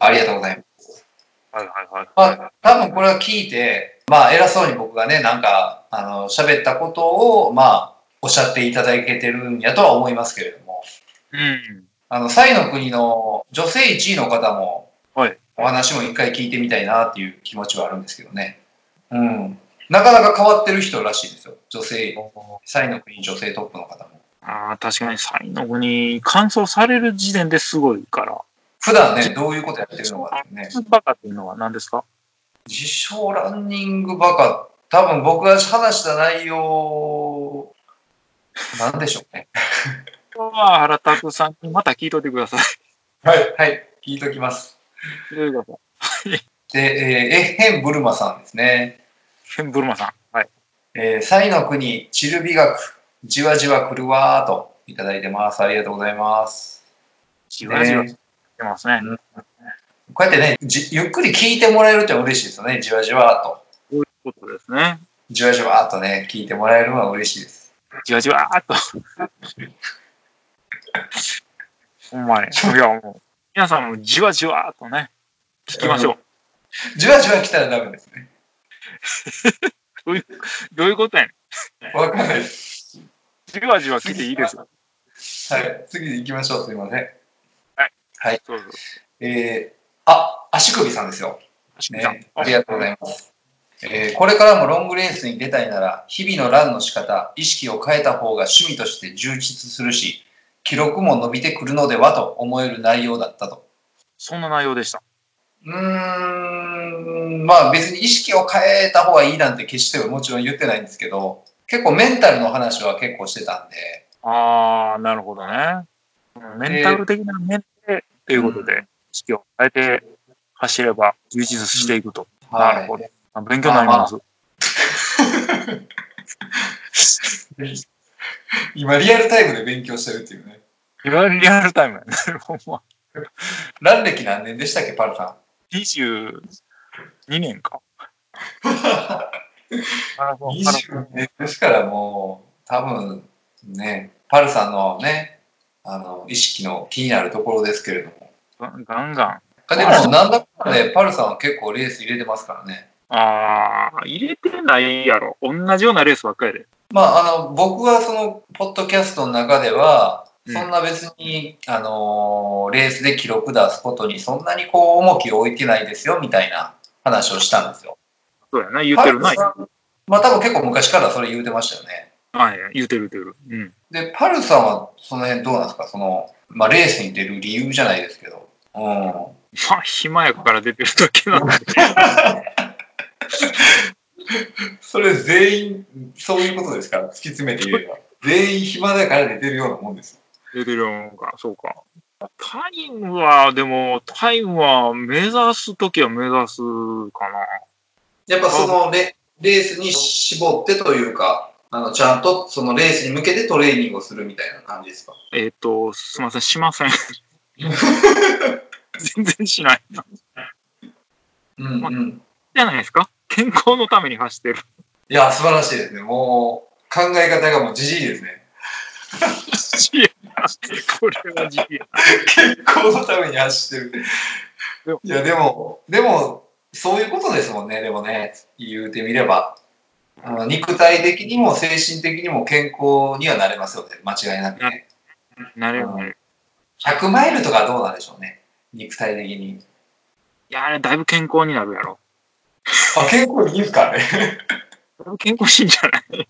ありがとうございます。
はいはい
ま
はい。
あ、多分これは聞いて、まあ、偉そうに僕がね、なんか、あの、喋ったことを、まあ、おっしゃっていただけてるんやとは思いますけれども。
うん。
あの、サイの国の女性1位の方も、
はい
お話も一回聞いてみたいなっていう気持ちはあるんですけどね。うん。なかなか変わってる人らしいですよ。女性、サイの国女性トップの方も。
ああ、確かにサイの後に乾燥される時点ですごいから。
普段ね、どういうことやってるのかってね。
バカっていうのは何ですか
自称ランニングバカ、多分僕が話した内容、なんでしょうね。
今日は原拓さんにまた聞いといてください。 [laughs]
はい。はい。聞いときます。
聞いといてくださ
で、えー、エッヘンブルマさんですね。
い。ケンブルマさん。はい。
えー、サイの国、チルビ学、じわじわ来るわーといただいてます。ありがとうございます。
じわじわ
ね
来てますね。
こうやってねじ、ゆっくり聞いてもらえるってのは嬉しいですよね。じわじわーと。
こういうことですね。
じわじわーっとね、聞いてもらえるのは嬉しいです。
じわじわ
[laughs]
ーっと。ほんまに。いや、もう、皆さんもじわじわーっとね、聞きましょ
じわじわ来たらダメですね。
う。どういうことやねん。
わかんないです。
じわじわ来ていいですよ。
はい。次行きましょう。すいません。
そうそう。
えー、あ、足首さんですよ。
しみさん
ね、ありがとうございます。えーこれからもロングレースに出たいなら、日々のランの仕方、意識を変えた方が趣味として充実するし、記録も伸びてくるのではと思える内容だったと。
そんな内容でした。
うーん、まあ別に意識を変えた方がいいなんて決してもちろん言ってないんですけど、結構メンタルの話は結構してたんで、
ああ、なるほどね。うんメンタル的な面で、ということで、意識を変えて走れば充実していくと。
はい
なるほど。あ勉強になります。
今リアルタイムで勉強してるっていうね。
いわゆるリアルタイムやね。ほんま。
ラン歴何年でしたっけ、パルさ
22年 [laughs] か。
ん。
なるほど
20年ですからもう多分ねパルさんのねあの意識の気になるところですけれども
ガンガンガン。
でもなんだかんだでパルさんは結構レース入れてますからね
ああ、入れてないやろ。同じようなレースばっかりやで。
まああの僕はそのポッドキャストの中では
うん
そんな別に、あのレースで記録出すことにそんなにこう重きを置いてないですよみたいな話をしたんですよ。
そうやな、言ってるな
パル。さんまあ多分結構昔からそれ言うてましたよね。
はい、言ってる言ってる。うん。
で、パルさんはその辺どうなんですかその、まあ、レースに出る理由じゃないですけど。う
まあ、暇やから出てるだけなんで。
ん。それ全員、そういうことですから、突き詰めて言えば。全員暇だから出てるようなもんです。
出てるのか、そうか。タイムは、でも、タイムは目指すときは目指すか
やっぱそのレ、レースに絞ってというか、あの、ちゃんとそのレースに向けてトレーニングをするみたいな感じですか
な。えっ、と、すいません、しません。全然しない。
うんうん。
じゃないですか健康のために走ってる。
いや、素晴らしいですね。もう、考え方がもうじじいですね。
これは時期やな
健康のために走ってる
でも。
いや、でも、でも、そういうことですもんね、でもね、言うてみれば。あの肉体的にも精神的にも健康にはなれますよね、間違いなくね。
なれるなれる。
100マイルとかどうなんでしょうね、肉体的に。
いや、あれ、だいぶ健康になるやろ。
あ、健康にいいですかね。
だいぶ健康しいんじゃない
[laughs]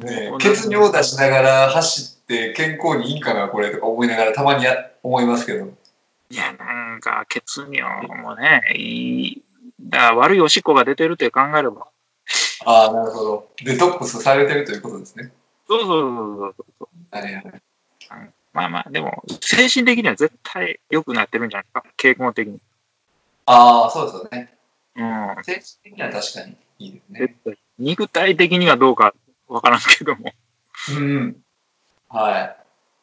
ねえ
同じ
血尿出しながら走って健康にいいんかな、これとか思いながらたまにや思いますけど。
いや、なんか、血尿もね、いい。だから悪いおしっこが出てるって考えれば。
ああ、なるほど。デトックスされてるということですね。
そうそうそうそうそう。
はいはい
まあまあ、でも、精神的には絶対良くなってるんじゃないですか、傾向的に。
ああ、そうですよね。
うん。
精神的には確かにいいですね。
絶対。肉体的にはどうかわからんけども。
うん。はい。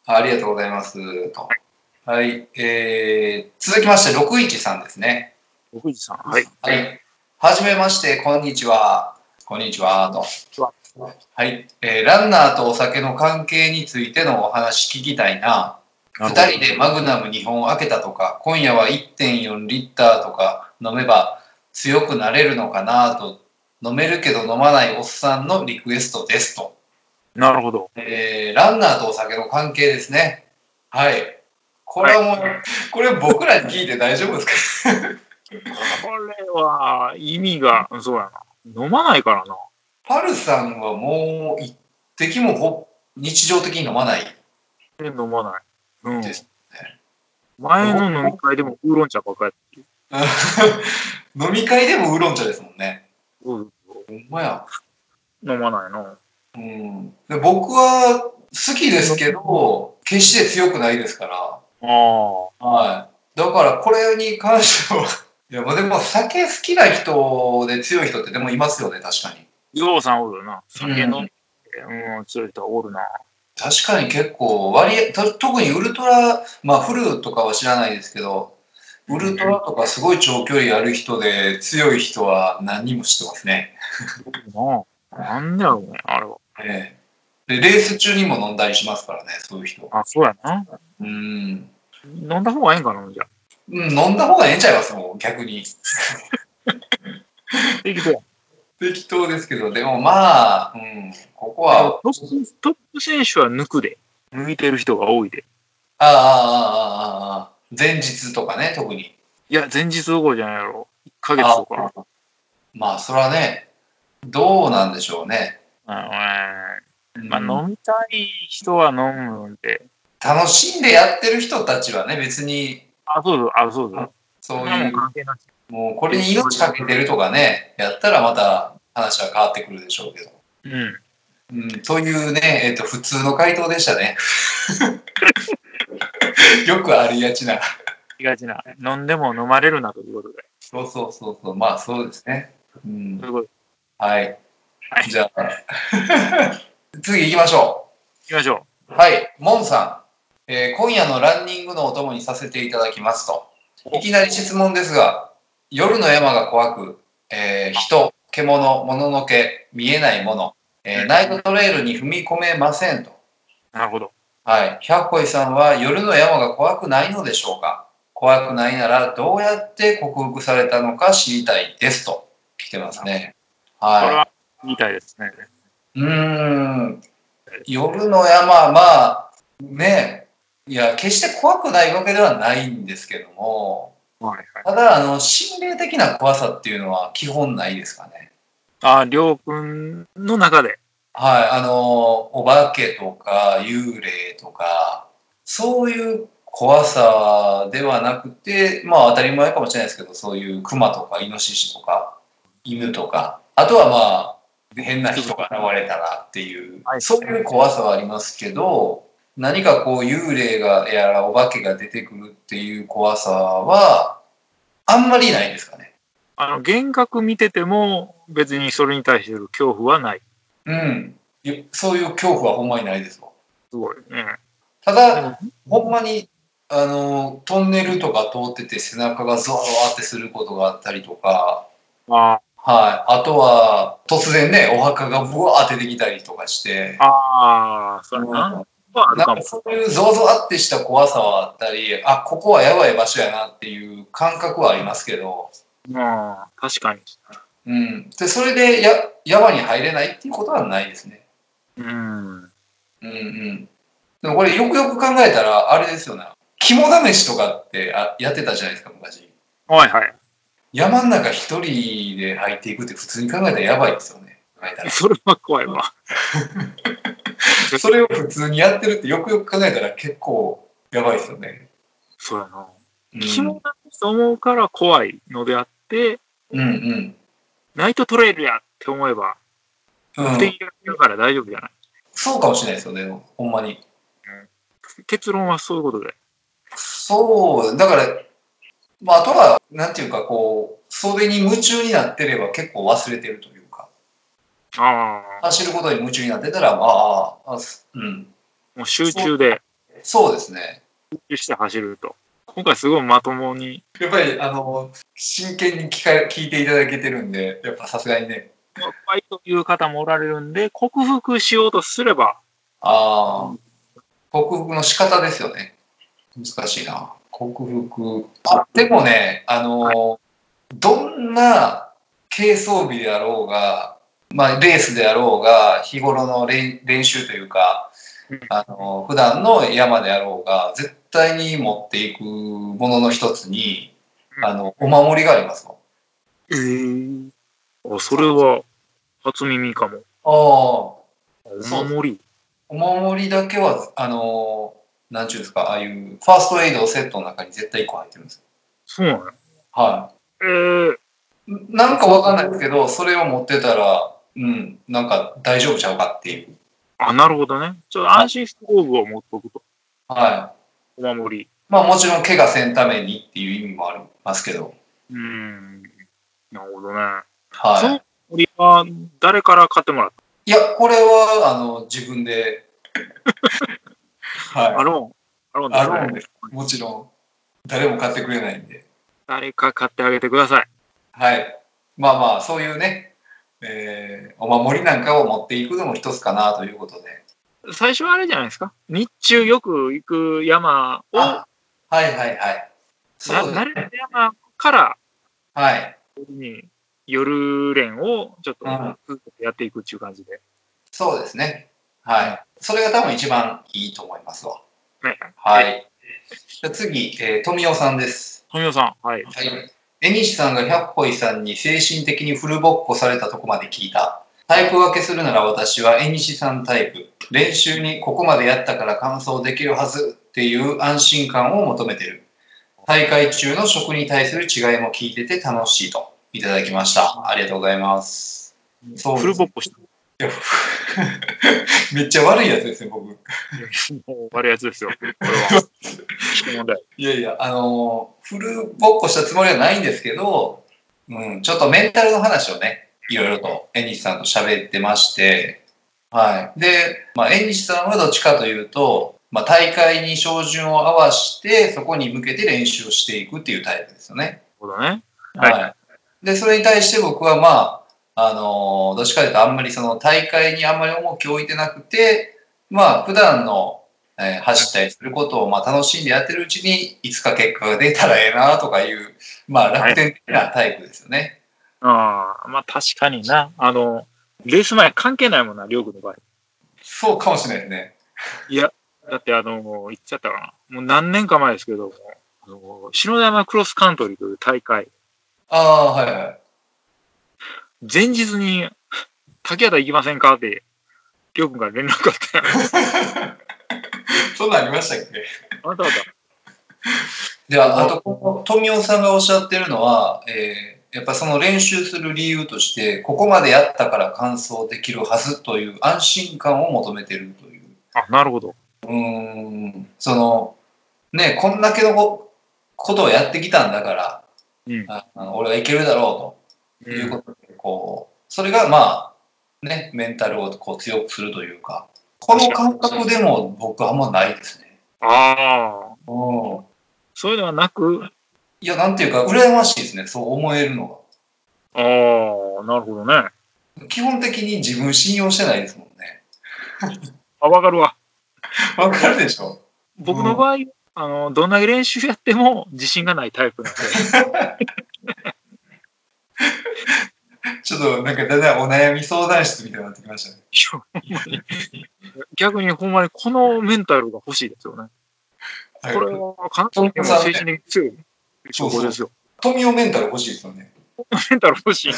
ありがとうございます。と。はい。えー、続きまして、61さんですね。
お富士さん。はい。
はい。はじめまして、こんにちは。こんにちは。と
は。
はい、えーランナーとお酒の関係についてのお話聞きたいな。
な
二
るほど
人でマグナム2本開けたとか、今夜は1.4リッターとか飲めば強くなれるのかなと、飲めるけど飲まないおっさんのリクエストですと。
なるほど。
えーランナーとお酒の関係ですね。はい。これはもう、これ僕らに聞いて大丈夫ですか
これは、意味が、そうやな。飲まないからな。
パルさんはもう一滴もほ日常的に飲まない
で飲まない。うん。
です。
前の飲み会でもウーロン茶ばっかりやって。
飲み会でもウーロン茶ですもんね。
うん
ほんまや。
飲まないの。
うん、で僕は好きですけど、決して強くないですから。
あ
はい。だからこれに関しては、いや、まあでも酒好きな人で強い人ってでもいますよね、確かに。
あ。ようさんおるよな。酒
う
飲
ん
で、うん、強い人はおるな。
確かに結構割合と特にウルトラまあフルとかは知らないですけどウルトラとかすごい長距離ある人で強い人は何人も知ってますね、
なあなんだろうね、あれは。
ええで、レース中にも飲んだりしますからね、そういう人。
あ、そうやな。
うん。
飲んだ方がいいんかな、じゃあ。
うん、飲んだ方がええんちゃいますもん、逆に。
適当や
適当ですけど、でもまあ、うん、ここは、
トップトップ選手は抜くで。抜いてる人が多いで。
ああ、ああ、ああ、ああ、前日とかね、特に。
いや、前日どころじゃないやろ。1ヶ月とか。
まあ、それはね、どうなんでしょうね。
あ
うん
まあ、飲みたい人は飲むんで。
楽しんでやってる人たちはね、別に、
あ、そうそう、あ、そうそう。
そ
そうれはも
いうう、
関係なし。
もうこれに命かけてるとかね、やったらまた話は変わってくるでしょうけど。
うん。
うん、というね、えっ、と、普通の回答でしたね。 [laughs] よくありがちな。
気がちな。飲んでも飲まれるなということで。
そうそうそうそう、まあそうですね。うん
そうい、うことで
はい。じゃあ、 [laughs] 次行きましょ
行きましょ
う。はい、モンさん、えー今夜のランニングのお供にさせていただきますと。いきなり質問ですが、夜の山が怖く、えー人、獣、物のけ、見えないもの、えーナイトトレイルに踏み込めませんと。
う。なるほど。
はい。百恋さんは夜の山が怖くないのでしょうか怖くないならどうやって克服されたのか知りたいですと来てますね。
これ
は
は、みたいですね。
い。うーん。夜の山、まあ、ねえ。いや、決して怖くないわけではないんですけども、
はいはい。
ただ、あの、心霊的な怖さっていうのは基本ないですかね。
あ、りょうくんの中で。
はい。あの、お化けとか、幽霊とか、そういう怖さではなくて、まあ当たり前かもしれないですけど、そういう熊とかイノシシとか、犬とか、あとはまあ、変な人が現れたらっていう
は、い
そういう怖さはありますけど、何かこう幽霊がやらお化けが出てくるっていう怖さは、あんまりないですかね。
あの、幻覚見てても、別にそれに対してる恐怖はない。
うん。いそういう恐怖はほんまにないですわ。
すごい。うん。
ただ
で、も
ほんまに、あの、トンネルとか通ってて背中がゾワゾワってすることがあったりとか、
あ
はい。あとは、突然ね、お墓がブワーって出てきたりとかして
ー、あー、それな。
う
は
ん
ある
な
か
んか
も。
そういうゾワゾワってした怖さはあったり、あ、ここはやばい場所やなっていう感覚はありますけど、
まあ、確かに。
うん。で、それでや、山に入れないっていうことはないですね。
うん。
うんうん。でもこれよくよく考えたら、あれですよね。肝試しとかってあやってたじゃないですか、昔。
はいはい。
山の中一人で入っていくって普通に考えたらやばいですよね。考えたら
[laughs] それは怖いわ。
それを普通にやってるってよくよく考えたら結構やばいですよね。
そうやな。
うん、
肝だと思うから怖いのであって、
うんうん。
ナイトトレイルやって思えば、
うん
不定が来るから大丈夫じゃない。
そうかもしれないですよね、ほんまに。
結論はそういうことで。
そう、だから、まあ、あとは、なんていうか、こう、それに夢中になってれば結構忘れてるというか、
ああ、
走ることに夢中になってたら、まあ、あすうん、
もう集中で、
そうですね。
集中して走ると。今回すごいまともに、
やっぱり、あの、真剣に聞か聞いていただけてるんで、やっぱさすがにね、
まあ怖いという方もおられるんで、克服しようとすれば、
ああ、克服の仕方ですよね。難しいな。克服。あ、でもね、あのーどんな軽装備であろうが、まあ、レースであろうが、日頃の練練習というか
うん、
あのー普段の山であろうが、絶対に持っていくものの一つに、あの、お守りがありますもん。
ええあ、それは、初耳かも。
ああ、
お守り。
お守りだけは、あのーなんちゅうんですか、ああいう、ファーストエイドセットの中に絶対1個入ってるんですよ
そうなの
はい。
えー、
なんかわかんないですけど、それを持ってたら、うん、なんか大丈夫ちゃうかっていう。
あ、なるほどね。ちょっと安心して工具を持っとくと。
は
お守り。
い。まあもちろん怪我せんためにっていう意味もありますけど。
うーん。なるほどね。そ
は
のお守りは、誰から買ってもらっ
い。いや、これは、あの、自分で。
たア
は
ローン。アローン
い。あるん
で
ですす
ね。。
もちろん。誰も買ってくれないんで。
誰か買ってあげてください。
はい。まあまあ、そういうね、えーお守りなんかを持っていくのも一つかなということで。
最初はあれじゃないですか。日中よく行く山を、な
あはいはいはい。そうですね
慣れた山から
はい。
に夜練をちょっと
うん
ずっとやっていくっていう感じで。
そうですね。はい。それが多分一番いいと思いますわ。
はい。
はい。じゃあ次、えー富雄さんです。
富野さん、はい。
はい。江西さんが百歩井さんに精神的にフルボッコされたとこまで聞いた。タイプ分けするなら私は江西さんタイプ。練習にここまでやったから完走できるはずっていう安心感を求めてる。大会中の食に対する違いも聞いてて楽しいといただきました。ありがとうございます。そうです
フルボッ
[laughs]
コした。
めっちゃ悪いやつですね、僕。
もう悪いやつですよ。これ
[laughs]
は。問題。
いやいや、あのーフルボッコしたつもりはないんですけど、うん、ちょっとメンタルの話をね、いろいろと縁西さんと喋ってまして、はい。で、まあ、縁西さんはどっちかというと、まあ、大会に照準を合わして、そこに向けて練習をしていくっていうタイプですよね。
そうだね。
は。
はいい
で、それに対して僕はまあ、あのーどっちかというとあんまりその大会にあんまり重きを置いてなくて、まあ、普段の、えー走ったりすることをまあ楽しんでやってるうちに、いつか結果が出たらええなとかいう、まあ、楽天的なタイプですよね。
ああ、まあ確かにな。あの、レース前関係ないもんな、りょうくんの場合。
そうかもしれないですね。
だってあの、もう言っちゃったかな。もう何年か前ですけども、あの、篠山クロスカントリーという大会、
ああ、はいはい。
前日に、竹畑行きませんかって、りょうくんから連絡があって、
そんなんありましたっけ
あなた方、
で、ああと、この富雄さんがおっしゃってるのは、えーやっぱその練習する理由として、ここまでやったから完走できるはずという安心感を求めてるという。
あ、なるほど。
うーん、その、ね、こんだけのこことをやってきたんだから、
うん
ああの俺はいけるだろうということで、こう、それがまあ、ね、メンタルをこう強くするというか、この感覚でも僕はあんまないですね。
ああ、
うん。
そういうのはなく、
いや、なんていうか、羨ましいですね、そう思えるのが。
ああ、なるほどね。
基本的に自分信用してないですもんね。
あ、わかるわ。
わかるでしょ
僕の場合、あの、どんな練習やっても自信がないタイプなんで。
ちょっとなんかだんだんお悩み相談室みたいになってきましたね。
いやほんまに [laughs] 逆にほんまにこのメンタルが欲しいですよね。
はい
これはかなりでも精神的に強い証拠ですよ。
富雄メンタル欲しいですよね。
メンタル欲しいね。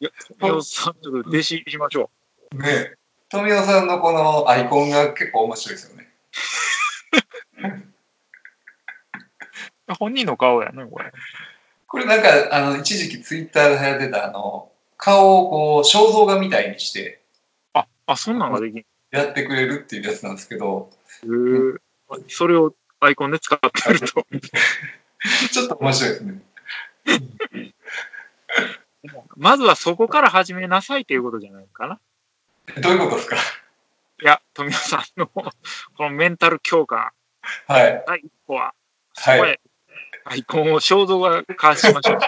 いや、富雄さん、ちょっと弟子入りしましょ
ねえ富雄さんのこのアイコンが結構面白いですよね。
う。本人の顔やね、これ。
これなんか、あの、一時期ツイッターで流行ってた、あの、顔をこう、肖像画みたいにして
あ、あ、そんなんができん。へ
やってくれるっていうやつなんですけど、
ーそれをアイコンで使ってると。
ちょっと面白いですね。
[laughs] まずはそこから始めなさいということじゃないかな。
どういうことですか
いや、富雄さんのこのメンタル強化、
はい。
第一歩は、そこ
はい。
へアイコンを肖像画化しましょう。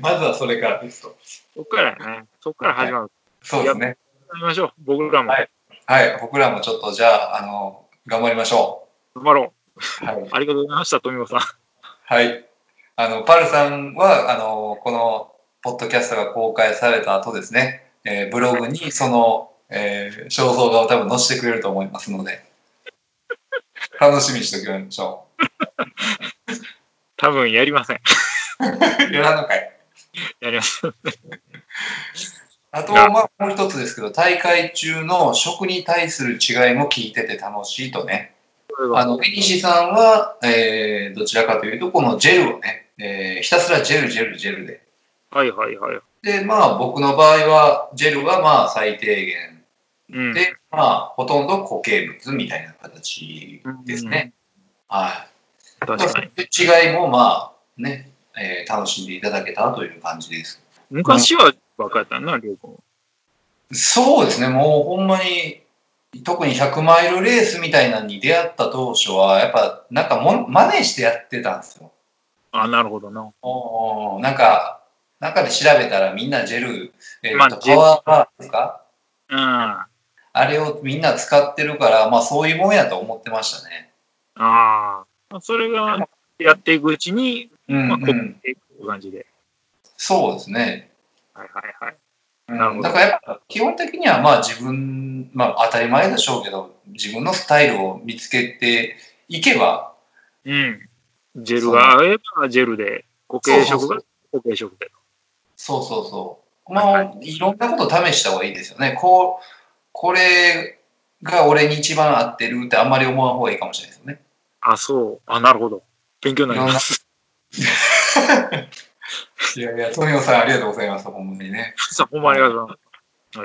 まずはそれからですと。
そっからやね。そっから始まる。
そうですね。
やりましょう。僕らも
はいはい。僕らもちょっと、じゃあ、あの、頑張りましょ
頑張ろ。。
う。はいう
ありがとうございました、富
[laughs]
野さん。
はい。あの、パルさんは、あの、この、ポッドキャストが公開された後ですね、えーブログにその、えー肖像画を多分載せてくれると思いますの
[laughs]
で、楽しみにしておきましょ
多分やりません。
う。やらんのかい。
やりません。
あと、まあ、もう一つですけど、大会中の食に対する違いも聞いてて楽しいとね、あの、エニシさんは、えーどちらかというと、このジェルをね、えーひたすらジェル、ジェル、ジェルで。
はいはいはい。
で、まあ、僕の場合は、ジェルはまあ、最低限
うん。
で、まあ、ほとんど固形物みたいな形ですね。は
確
い。まあ
かに。
そういう違いも、まあ、ね、えー楽しんでいただけたという感じです。
昔は若かったな、りょうくん。
そうですね、もうほんまに、特に100マイルレースみたいなのに出会った当初は、やっぱ、なんかもん、真似してやってたんですよ。
あ、なるほどな。
おーなんか、中で調べたらみんなジェル、えっと
まあジェル
パワーバーですか
あ
あれをみんな使ってるから、まあそういうもんやと思ってましたね。
あ。それが、やっていくうちに、
うん、
ま
う。
あこうんえこういう感じで。
そうですね。
はいはいはい。
うん
なるほど
だからやっぱ基本的にはまあ自分、まあ当たり前でしょうけど、自分のスタイルを見つけていけば、
うん。ジェルが合えばジェルで、固形色が固形色で。
そうそうそう。まあ、いろんなこと試した方がいいですよね。こう、これが俺に一番合ってるってあんまり思わん方がいいかもしれないですよね。
あ、そう。あ、なるほど。勉強になります。
[laughs] いやいや、富野さんありがとうございます、ほんまにね。
さん、ほんまありがとうござ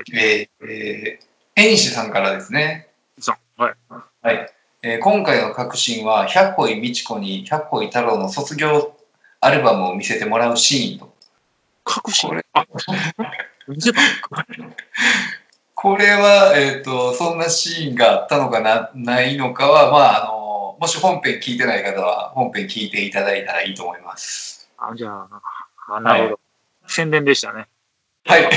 い
えー、えー、エンシさんからですね。
ます。さん、はい。
はい。えー今回の革新は、百恋美智子に百恋太郎の卒業アルバムを見せてもらうシーンと。
隠し
これ。
あ、見せた。
これは、えっ、と、そんなシーンがあったのかな、ないのかは、まあ、あの、もし本編聞いてない方は、本編聞いていただいたらいいと思います。
[laughs] あ、じゃあ、あなるほど。宣伝でしたね。
はい。 [laughs]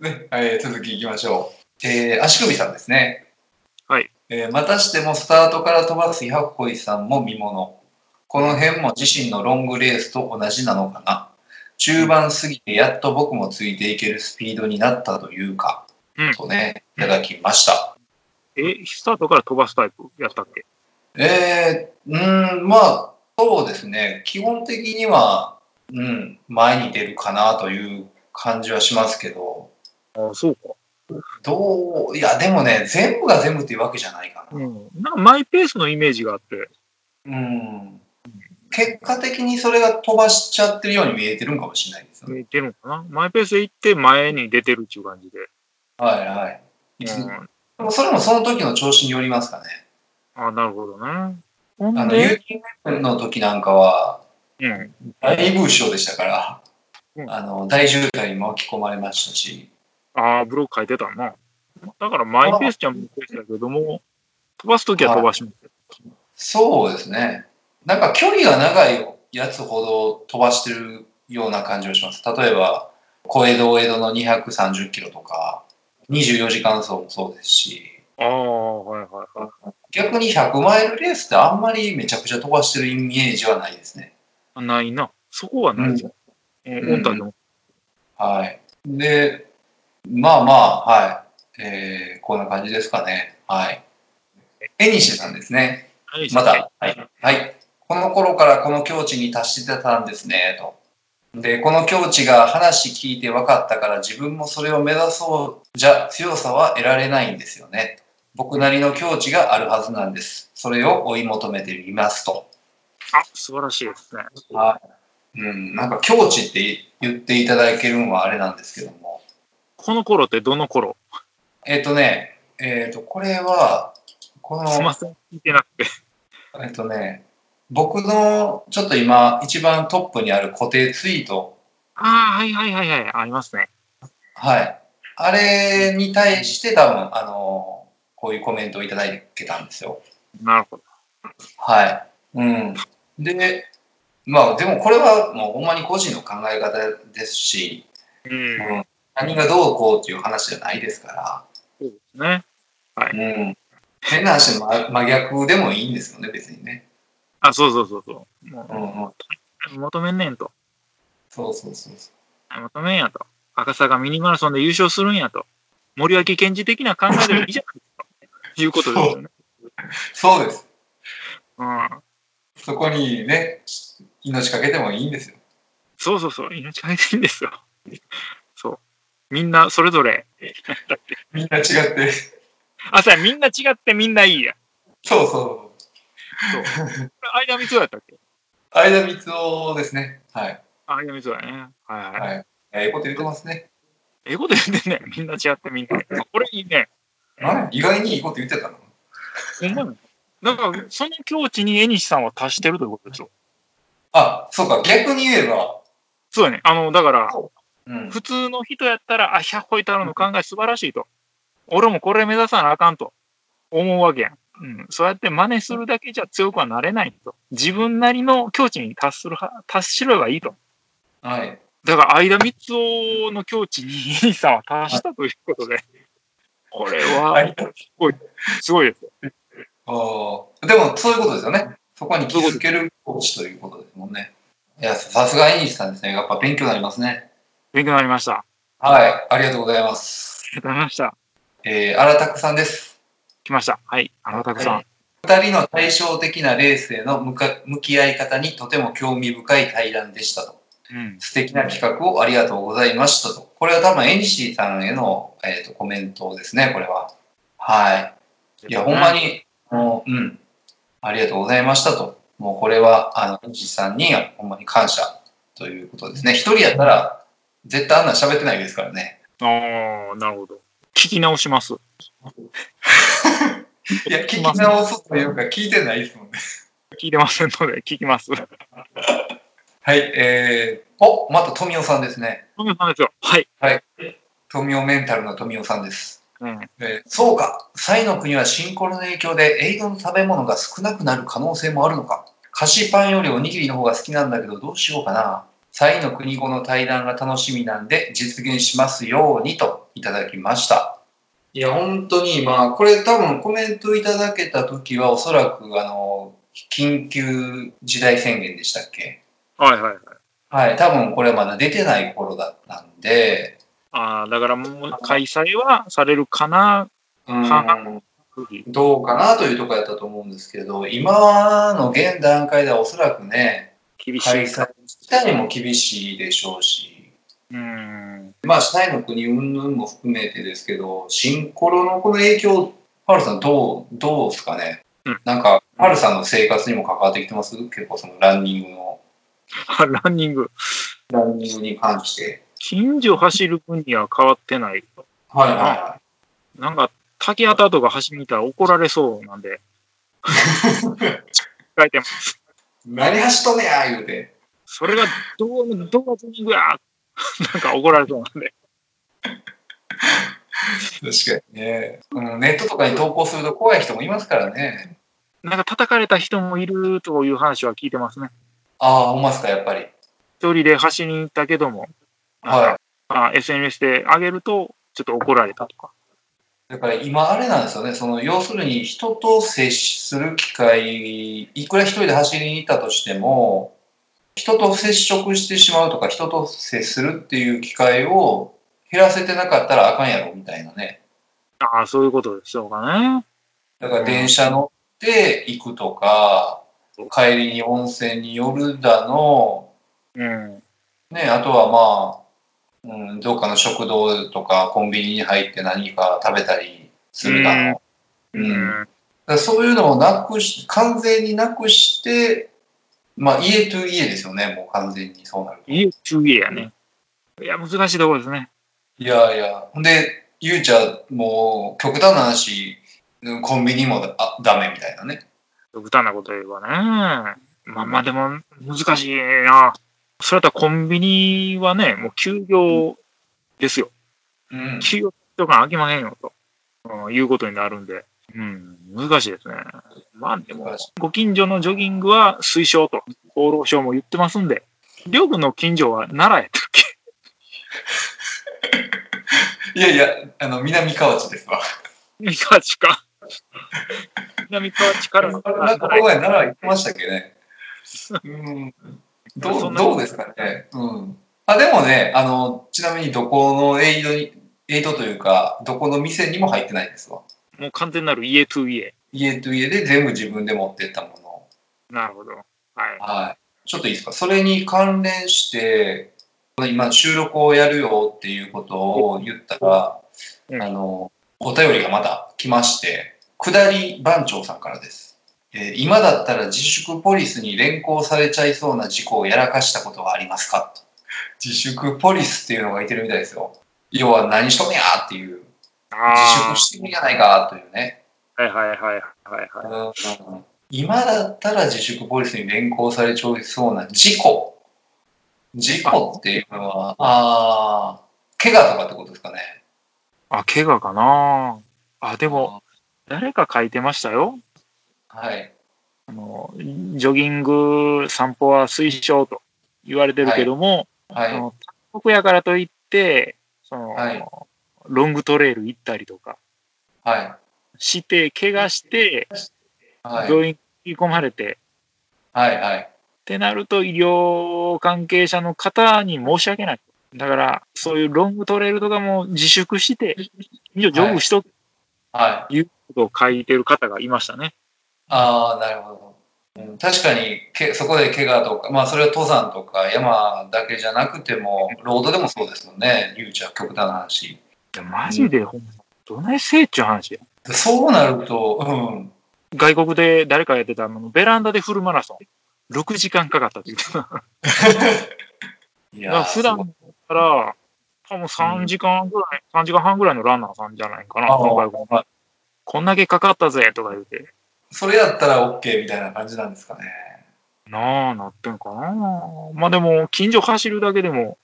ね、はい、続きいきましょう。えー足首さんですね。
はい。
えーまたしてもスタートから飛ばす百恋さんも見もの。この辺も自身のロングレースと同じなのかな。中盤過ぎてやっと僕もついていけるスピードになったというか、
うん
とね、いただきました。
え、スタートから飛ばすタイプやったっけ
えー、うーん、まあ、そうですね。基本的には、うん、前に出るかなという感じはしますけど、
あ、そうか。
どう、いや、でもね、全部が全部というわけじゃないかな。
うん。なんかマイペースのイメージがあって。
うん。結果的にそれが飛ばしちゃってるように見えてるんかもしれないですよね。
見えてるのかなマイペースで行って前に出てるっていう感じで。
はいはい。いつ
うん。
でもそれもその時の調子によりますかね。
あ、なるほどね。ほ
あ
ん
の、ユ
で、
ーキンの時なんかは、
うん。
大優勝でしたから
う、ん
あの、大渋滞に巻き込まれましたし、
ああ、ブロック書いてたな。だからマイペースちゃんもペースだけども、飛ばすときは飛ばします。
そうですね。なんか距離が長いやつほど飛ばしてるような感じがします。例えば、小江戸、大江戸の230キロとか、24時間走もそうですし、
ああ、はいはいはい。
逆に100マイルレースってあんまりめちゃくちゃ飛ばしてるイメージはないですね。
あないな。そこはないじゃん。うん
うん
オンタでも。
はい。で、まあまあ、はい。えー、こんな感じですかね。はい。えにしさんですね。
はい
また、はい。はい。この頃からこの境地に達してたんですね、と。で、この境地が話聞いて分かったから自分もそれを目指そうじゃ強さは得られないんですよね。僕なりの境地があるはずなんです。それを追い求めてみますと。
あ、素晴らしいですね。
はい。うん、なんか境地って言っていただけるのはあれなんですけども。
この頃ってどの頃
えっ、とね、えっ、と、これは、この、
すいません。聞いてなくて。
えっとね、僕のちょっと今一番トップにある固定ツイート、
ああ、はいはいはいはい。ありますね。
はい。あれに対して多分、あの、こういうコメントをいただけたんですよ。
なるほど。
はい。うん。で、まあでもこれはもうほんまに個人の考え方ですし、
うん。
うん何がどうこうっていう話じゃないですか
そうですね。
ら、うん。変な話でも真真逆でもいいんですよね、別にね。
あ、そうそうそうそう。も
うんうん。
う、求めんねんと。
そうそうそうそう。
求めんやと。赤坂ミニマラソンで優勝するんやと。森脇健児的な考えでいいじゃないですか。いうことですよね。
そうです。
うん。
そこにね、命かけてもいいんですよ。
そうそうそう。命かけていいんですよ。そう。みんなそれぞれ。
みんな違って。
あ、そうや、みんな違ってみんないいや。
そうそう。
間見そうやったっけ
相田光夫ですね。はい。
間見そうやね。はいはい。
はい。ええこと言ってますね。
ええこと言ってんね。みんな違ってみんないい。これいいね。
あ意外にいいこと言ってたの
ほんまに。だから、その境地に江西さんは達してるということでしょ。
あ、そうか、逆に言えば。
そうやね。あの、だから、
うん。
普通の人やったら、あ、百歩いたの考え素晴らしいと。俺もこれ目指さなあかんと思うわけやん。うん、そうやって真似するだけじゃ強くはなれないと。自分なりの境地に達するは、達しればいいと。
はい。
だから、間三つ夫の境地に兄さんは達したということで、これ
は
は、
い
すごいですよ。
あーでも、そういうことですよね。そこに気づけるコーチということですもんね。いや、さすがインジさんですね。やっぱ勉強になりますね。
勉強になりました。あ
はい、ありがとうございます。
りがとうございました。
えー、荒拓さんです。
来ました。はい。あのたくさん。
はい二人の対照的なレースへの向か向き合い方にとても興味深い対談でしたと。
うん。
素敵な企画をありがとうございましたと。これは多分エンシーさんへの、えー、とコメントですね、これは。はい。いや、ほんま。に、もう、うん。ありがとうございましたと。もうこれは、あの、エンシーさんにほんまに感謝ということですね。一人やったら、絶対あんなん喋ってないですからね。
ああ、なるほど。聞き直します。
いや、聞き直すというか、聞いてないですもんね。
聞いてませんので、聞きます。
はい、えー、お、また富雄さんですね。
富さんですよ。はい。
富雄メンタルの富雄さんです。
うん。
えーそうか、サイの国は新コロの影響でエイドの食べ物が少なくなる可能性もあるのか。菓子パンよりおにぎりの方が好きなんだけどどうしようかな。サイの国語の対談が楽しみなんで実現しますようにといただきました。いや、本当に、まあ、これ多分コメントいただけた時はおそらく、あの、緊急事態宣言でしたっけ
はいはいはい。
はい、多分これまだ出てない頃だったんで、
ああ、だからもう開催はされるかな、
うんどうかなというところだったと思うんですけど、今の現段階ではおそらくね、
厳し
開
い。
催自体も厳しいでしょうし、
うん。
まあ、市内の国云々も含めてですけど、新コロのこの影響、パルさんどう、どうですかね、
うん
なんか、パルさんの生活にも関わってきてます結構そのランニングの、
あランニング。
ランニングに関して。
近所走る分には変わってない。
はいはいは
なんか、竹畑とか走りに行ったら怒られそうな
[laughs]
んで。書いてます。
い。何走っとんねや言うて。
それがどう、どうがジョギングやなんか怒られそうなんで。
確かにね、うん。ネットとかに投稿すると怖い人もいますからね。
なんか叩かれた人もいるという話は聞いてますね。
ああ、ほんまっすか、やっぱり。
一人で走りに行ったけども、
はい。
まあ、SNS で上げると、ちょっと怒られたとか。
だから今あれなんですよね、その要するに人と接する機会、いくら一人で走りに行ったとしても、人と接触してしまうとか、人と接するっていう機会を減らせてなかったらあかんやろみたいなね。
ああ、そういうことでしょうかね。
だから電車乗って行くとか
うん、
帰りに温泉に寄るだの、
うん。
ね、あとはまあ、うん、どっかの食堂とかコンビニに入って何か食べたりするだの。うんだからそういうのをなくし、完全になくして、まあ、家と家ですよね、もう完全にそうなると。い
いい中継やね。いや、難しいところですね。
やいや、ほんで、ゆうちゃん、もう、極端な話、うんコンビニもだあダメみたいなね。
極端なこと言えばね。まあまあでも、難しいな。それだったらコンビニはね、もう休業ですよ。
うん。
休業とか飽きまへんよと、うん、いうことになるんで。うん、難しいですね。まあでも
難しい、
ご近所のジョギングは推奨と、厚労省も言ってますんで、りょうくんの近所は奈良やったっけ
いやいや、あの、南河内ですわ。
南河
[laughs]
内か。南河内から
なんか、この前、奈良行ってましたっけね。うん。ど
そん
う、
な
どうですかね。うん。あ、でもね、あの、ちなみにどこのエイドに、エイドというか、どこの店にも入ってないですわ。
もう完全なる家 to 家。
家と家で全部自分で持ってったもの。
なるほど。はい。
はい。ちょっといいですかそれに関連して、今収録をやるよっていうことを言ったら、
うん
あの、お便りがまた来まして、下り番長さんからです。えー今だったら自粛ポリスに連行されちゃいそうな事故をやらかしたことはありますかと自粛ポリスっていうのがいてるみたいですよ。要は何しとんねやっていう、自
あ
粛してるんじゃないかというね。
あ。はいはいはいはいはい。
うん今だったら自粛ポリスに連行されちゃいそうな事故。事故っていうのは、ああ、怪我とかってことですかね。
あ、怪我かな。あ、でも、誰か書いてましたよ。
はい。
あの、ジョギング、散歩は推奨と言われてるけども、
は
あ
い。
の北やからといって、その、
はい
ロングトレイル行ったりとか
はい。
して、怪我して、
はい。
病院に込まれて、
はい。はい。
ってなると医療関係者の方に申し訳ない。だから、そういうロングトレイルとかも自粛して、以上、ジョグしとく
はい。
ことを書いてる方がいましたね。
ああ、なるほど。うん、確かにけ、そこで怪我とか、まあ、それは登山とか山だけじゃなくても、ロードでもそうですもんね、誘致は極端な話。
いやマジで、ほんま、どないせいっちゅう話や。
でそうなると、うん、
外国で誰かやってたの、ベランダでフルマラソン。6時間かかったって言ってた
い
だから
や、
普段
すごい
から、多分3時間ぐらい、3時間半ぐらいのランナーさんじゃないかな、
あー
今回も
はい
こんだけかかったぜ、とか言うて。
それやったら OK みたいな感じなんですかね。
なあ、なってんかな。まあでも、近所走るだけでも、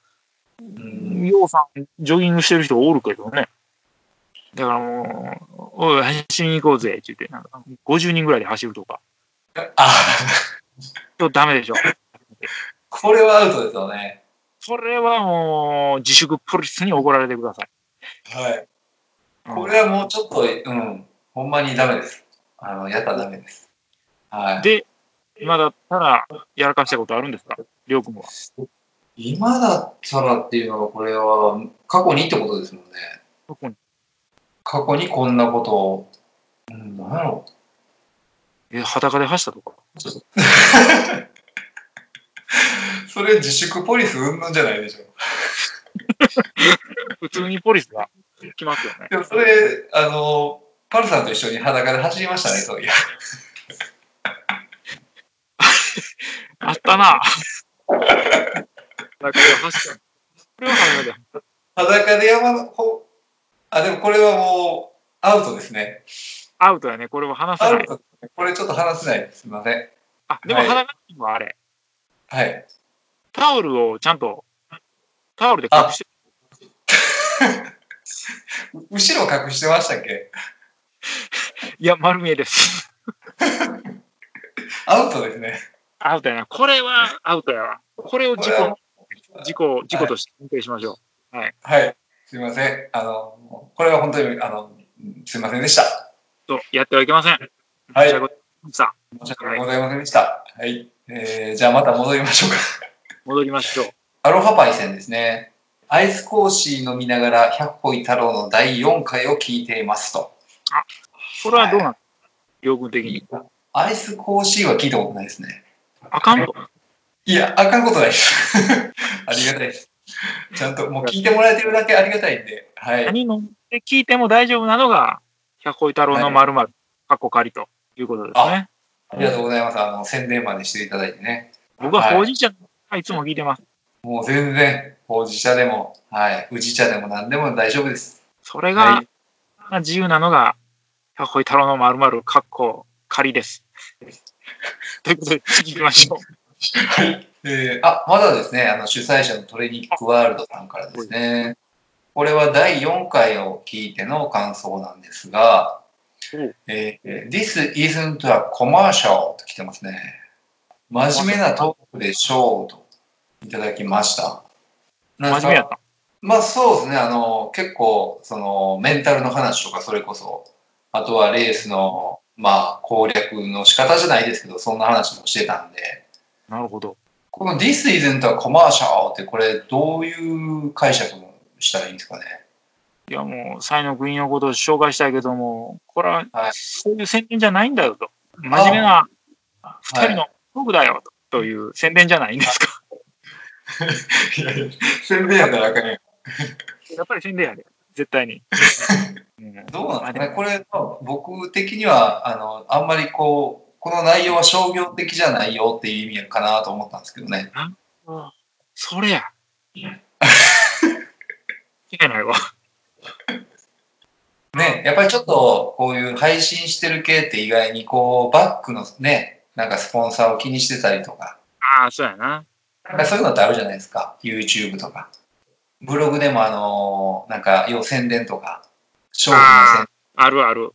うん、
ようさん、ジョギングしてる人おるけどね。だからもう、おい、走りに行こうぜ、って言って、なんか、50人ぐらいで走るとか。
あ
ちょっとダメでしょ。
これはアウトですよね。
それはもう、自粛ポリスに怒られてください。
はい。
うん
これはもうちょっと、うん、ほんまにダメです。あの、やったらダメです。はい。
で、今だったら、やらかしたことあるんですかりょうくんは。
今だったらっていうのは、これは過去にってことですもんね。
特に。
過去にこんなことを、うん、なんやろ
え、裸で走ったとか。
う。それ自粛ポリスうんぬんじゃないでしょ。
普通にポリスが来ますよね。
でもそれ、あの、パルさんと一緒に裸で走りましたね、そういや。
あった [laughs] な。裸で走った。これは裸で走っ
裸で山の方、あ、でもこれはもう、アウトですね。
た。アウトやね。これは話せ
ア
な
ウ
い。
ト。これちょっと話せないです。すいません。
あ、でも
はい
裸で走るのはあれ。
はい。
タオルをちゃんと、タオルで隠して、
後ろ隠してましたっけ
いや、丸見えです。
アウトですね。
[laughs] アウトやな。これはアウトやわ。これを
こ
事
れは
故、事故、事故として認定しましょう。
はい。すいません。あの、これは本当に、あの、すいませんでした。
と、やってはいけません。
はい
申し訳ございませんでした
申し訳ございませんでした。はい。えー、じゃあまた戻りましょうか。
戻りましょう。
アロハパイセンですね。アイスコーシー飲みながら、百歩太郎の第4回を聞いていますと。
これはどうなの両軍的に。
アイスコーシーは聞いたことないですね。
あかんと。
いや、あかんことないです。 [laughs] ありがたいです。ちゃんともう聞いてもらえてるだけありがたいんで。はい。
何飲んで聞いても大丈夫なのが、百歩太郎の〇〇、かっこ仮ということですね。
ありがとうございます。あの、宣伝までしていただいてね。
僕はほうじ茶、い、つも聞いてます。
もう全然、ほうじ茶でも、はい、宇治茶でも何でも大丈夫です。
それ
は
が
い。
自由なのが、百歩太郎の〇〇、かっこ仮です。ということで、次行きましょう。
はい。えーあ、まだですね、あの主催者のトレニックワールドさんからですね、これは第4回を聞いての感想なんですが、
うん
えー This isn't a commercial と来てますね。真面目なトークでしょうといただきました。なんですか
真面目やった。
まあそうですね、あの、結構、その、メンタルの話とか、それこそ、あとはレースの、まあ、攻略の仕方じゃないですけど、そんな話もしてたんで、
なるほど。
この This isn't a commercial って、これ、どういう解釈をしたらいいんですかね。
いやもう、才能国のことを紹介したいけども、これは
はい、
そういう宣伝じゃないんだよと。真面目な二人の僕だよと。という宣伝じゃないんですか。
[laughs] 宣伝やからあかんやん
やっぱり宣伝やで。絶対に。うん
どうなんですかね。これ、まあ僕的には、あの、あんまりこう、この内容は商業的じゃないよっていう意味かなと思ったんですけどね。
それや。いけないわ。
ね、やっぱりちょっとこういう配信してる系って意外にこうバックのね、なんかスポンサーを気にしてたりとか、
ああ、そうやな。
なんかそういうのってあるじゃないですか、YouTube とか。ブログでもあのーなんか要宣伝とか、商品
あるある。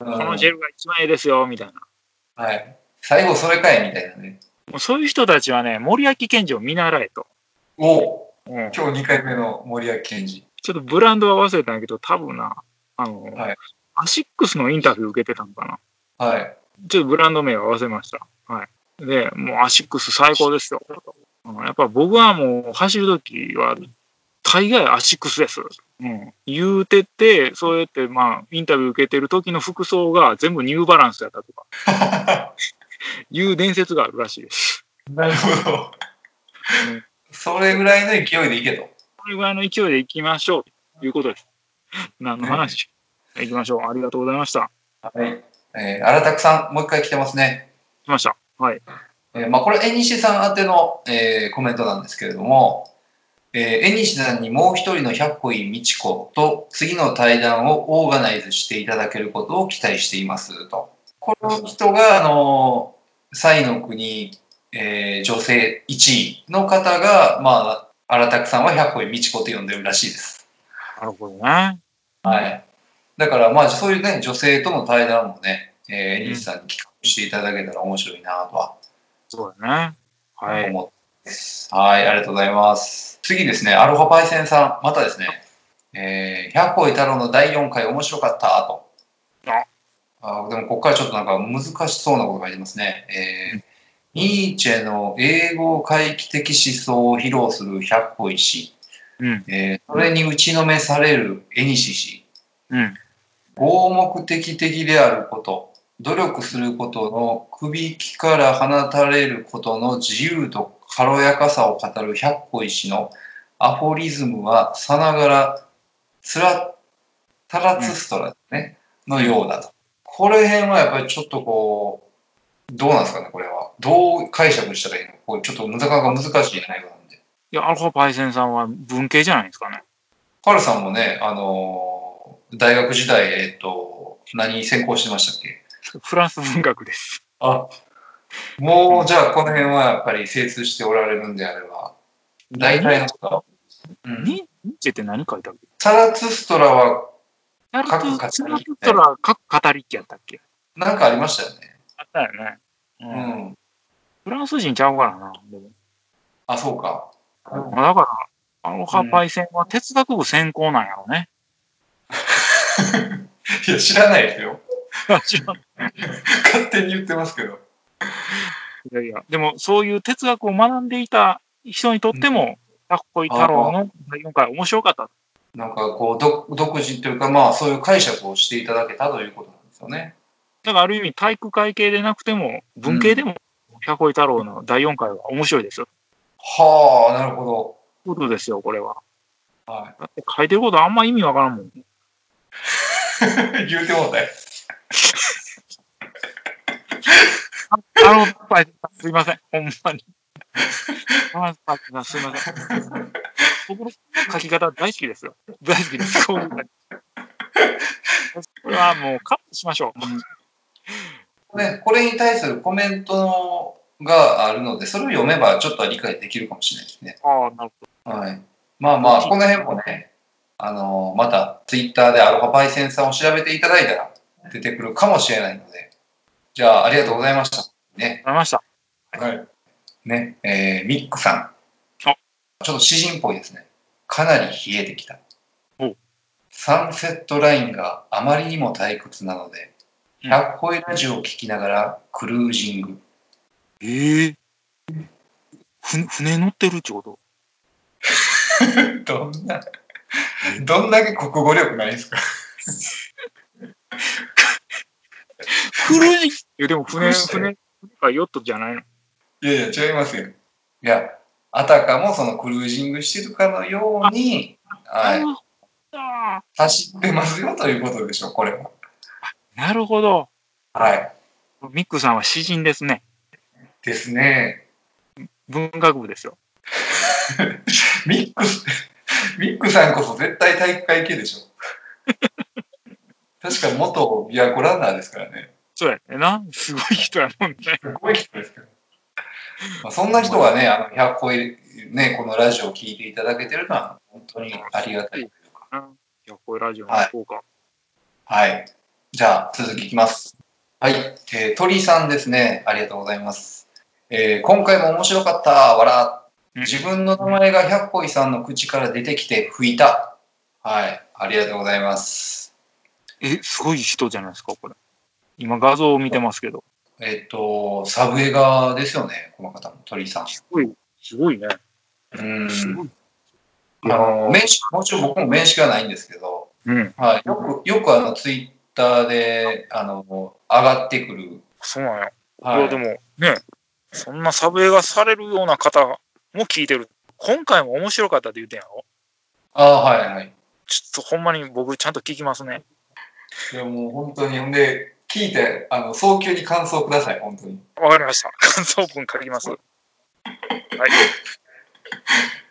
の宣伝、
こ
う
の
ん
ジェルが一番ええですよ、みたいな。
はい。最後それかいみたいなね。
もうそういう人たちはね、森脇健児を見習えと。
お
うん。ちょ
今日2回目の森脇健児。
っとブランドは忘れたんやけど、多分な、あの、
はい
アシックスのインタビュー受けてたのかな。
[laughs] はい。
ちょっとブランド名は忘れました。はい。で、もうアシックス最高ですよ。うんやっぱ僕はもう走るときは、大概アシックスです。うん。言うてて、そうやってまあ、インタビュー受けてる時の服装が全部ニューバランスやったとか、
[laughs]
いう伝説があるらしいです。
なるほど
うん。
それぐらいの勢いでいけと。
これぐらいの勢いで行きましょう、ということです。何の話、行きましょう。ありがとうございました。
はい。えー、荒拓さん、もう一回来てますね。
来ました。はい。
えーまあ、これ、縁西さん宛ての、えーコメントなんですけれども、えー、縁西さんにもう一人の百歩井美智子と次の対談をオーガナイズしていただけることを期待していますと。この人が、あのー、サイの国、えー女性1位の方が、まあ、荒拓さんは百歩井美智子と呼んでるらしいです。
なるほどね。
はい。だから、まあ、そういうね、女性との対談もね、えー、縁西さんに企画していただけたら面白いなとは
そうだね。はい。
思ってますはい、ありがとうございます。次ですね、アロハパイセンさん、またですね、えー、百歩太郎の第4回面白かったと。
あ
あーでも、ここからちょっとなんか難しそうなことが書いてますね。えーニーチェの英語回帰的思想を披露する百歩石、
うん。
えーそれに打ちのめされる絵西氏、
うん。
合目的的であること、努力することの首引きから放たれることの自由と軽やかさを語る百個石のアフォリズムはさながらつら、タラツストラですね、のようだと。これ辺はやっぱりちょっとこう、どうなんですかね、これは。どう解釈したらいいのか、これちょっとなかなか難しいじゃないかなんで。
いや、アルファパイセンさんは文系じゃないですかね。
カルさんもね、あのー大学時代、えっ、と、何専攻してましたっけ
フランス文学です。
あ、もうじゃあこの辺はやっぱり精通しておられるんであれば、大体のことは。うん、
ニニーチェって何書いたっけ
サラツストラは
サラ
各語り
ツラツトラ、各語りっきやったっけ
なんかありましたよね。
あったよね。う。
うんん。
フランス人ちゃうからな。でも
あ、そうか。
まあだから、アロハパイセンは哲学部専攻なんやろうね。
いや、知らないですよ。
[laughs] 知らん
勝手に言ってますけど。
いやいや、でもそういう哲学を学んでいた人にとっても、かっこいい太郎の第4回面白かった。
なんかこう、ど独自というか、まあそういう解釈をしていただけたということなんですよね。
だからある意味体育会系でなくても、文系でも、百鬼太郎の第4回は面白いですよ。
はあ、なるほ
そういうことですよ、これは。
ど。は
だって書いてることあんま意味わからんもん。
い。 [laughs] 言うてもうたよ。
あの、パイセンさんすいません。ほんまに。あの、パイセンさんすいません。僕の書き方大好きですよ。大好きです。こういう感じこれはもうカットしましょう。
ね、これに対するコメントがあるので、それを読めばちょっとは理解できるかもしれないですね。
ああ、なる
はい。まあまあ、
うん
この辺もね、あのまた、ツイッターでアルファパイセンさんを調べていただいたら出てくるかもしれないので、じゃあ、ありがとうございました。ね。
ほど。わかりました。
はい。ね、えー、ミックさん。
あ
ちょっと詩人っぽいですね。かなり冷えてきた
ほう。
サンセットラインがあまりにも退屈なので、
うん
100声ラジオを聞きながらクルージング。
ええふ船乗ってるってこと
どんな、どんだけ国語力ないですか
古いいやでも船、
古いっすね
船、船かヨットじゃないの。
いやいや、違いますよ。いや、あたかもそのクルージングしてるかのように、はい、
ああ
走ってますよということでしょう、これは。
なるほど。
はい。
ミックさんは詩人ですね。
ですね。
文学部ですよ。
ミックス、ミックさんこそ絶対体育会系でしょ。確か元ビアコランナーですからね。
そうやねんな。すごい人やもんね。
すごい人ですから。まあ、そんな人がね、あの、100個入れね、このラジオを聞いていただけてるのは、本当に [laughs] ありがたいというか。
いや、これラジオの効果。
はい。じゃあ、続きいきます。はい。えー鳥居さんですね。ありがとうございます。えー今回も面白かった。わら。
うん
自分の名前が百歩井さんの口から出てきて吹いた。はい。ありがとうございます。
え、すごい人じゃないですか、これ。今画像を見てますけど。
えっと、サブ映画ですよね、この方も、鳥居さん。
すごい、すごいね。
うん。
すごい。
あの、面識、もちろん僕も面識はないんですけど、
うん。
はい。よく、よくあの、ツイッターで、あの、上がってくる。
そうなんや。
はい
いや、でも、ね、そんなサブ映画されるような方も聞いてる。今回も面白かったって言うてんやろ
ああ、はいはい。
ちょっとほんまに僕ちゃんと聞きますね。
いや、もう本当に、ほんで、聞いて、あの、早急に感想ください、本当に。
わかりました。 [laughs] 感想文書きます。はい。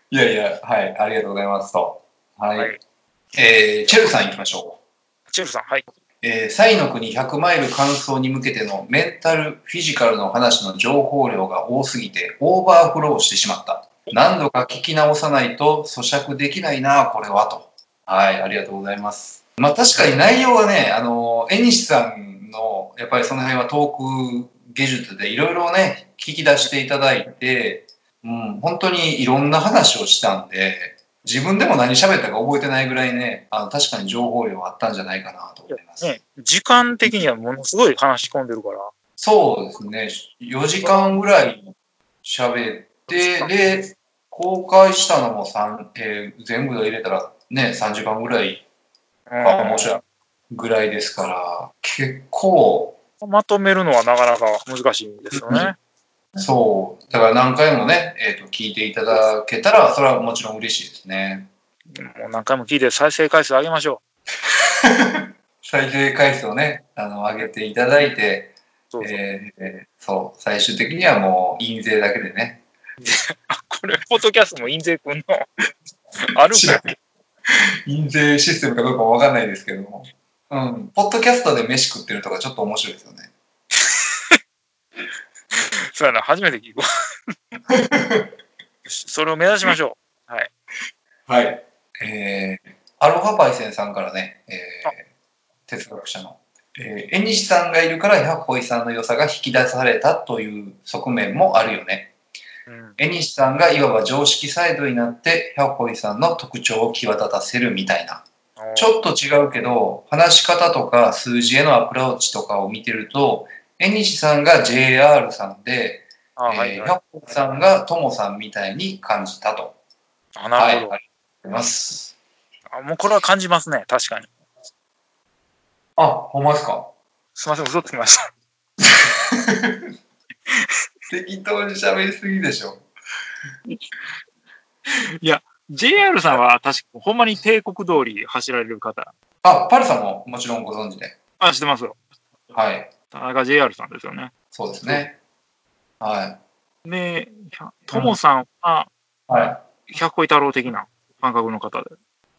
いやいや、はい、ありがとうございますと。はい。
はい
えーチェルさん行きましょ
チェルさん、はい。
う。えー、サイの国100マイル完走に向けてのメンタル、フィジカルの話の情報量が多すぎてオーバーフローしてしまった。何度か聞き直さないと咀嚼できないな、これはと。はい、ありがとうございます。まあ確かに内容はね、あの、縁西さんの、やっぱりその辺はトーク技術でいろいろね、聞き出していただいて、うん、本当にいろんな話をしたんで、自分でも何喋ったか覚えてないぐらいね、あの確かに情報量あったんじゃないかなと思います。
ね、時間的にはものすごい話し込んでるから。
そうですね、4時間ぐらい喋って、で、公開したのも3、えー全部で入れたらね、3時間ぐらいか、面白いぐらいですから、結構、
まとめるのはなかなか難しいんですよね。
そう、だから何回もね、えーと聞いていただけたら、それはもちろん嬉しいですね。
もう何回も聞いて再生回数上げましょ
再生回数をね、あの上げていただいて、
う。そうそう
えーそう、最終的にはもう、印税だけでね、
これ、ポッドキャストも印税君の [laughs] あるんかい
印税システムかどうかわかんないですけども、うん、ポッドキャストで飯食ってるとかちょっと面白いですよね。
そうやな、初めて [laughs] 聞くわ。それを目指しましょ
はい。えー、アロハパイセンさんからね、え
あ
ー、哲学者の、えー、縁西さんがいるから百歩井さんの良さが引き出されたという側面もあるよね。
う。うん、
縁西さんがいわば常識サイドになって百歩井さんの特徴を際立たせるみたいな。ちょっと違うけど、話し方とか数字へのアプローチとかを見てると、縁西さんが JR さんで、
あ、は
え
い
ー
はい、
百歩さんがともさんみたいに感じたと。
あ
は
なるほど、
い、ありがとうございます。
あ。もうこれは感じますね、確かに。
あ、ほんまですか
すいません、嘘つきました。
適当に喋りすぎでしょ。
JR さんは確か、ほんまに帝国通り走られる方。
あ、パルさんももちろんご存知で。
あ、知ってますよ。
はい。
田中 JR さんですよね。
そうですね。は
で、ともさんは、
い。はい。
百恋太郎的な感覚の方で。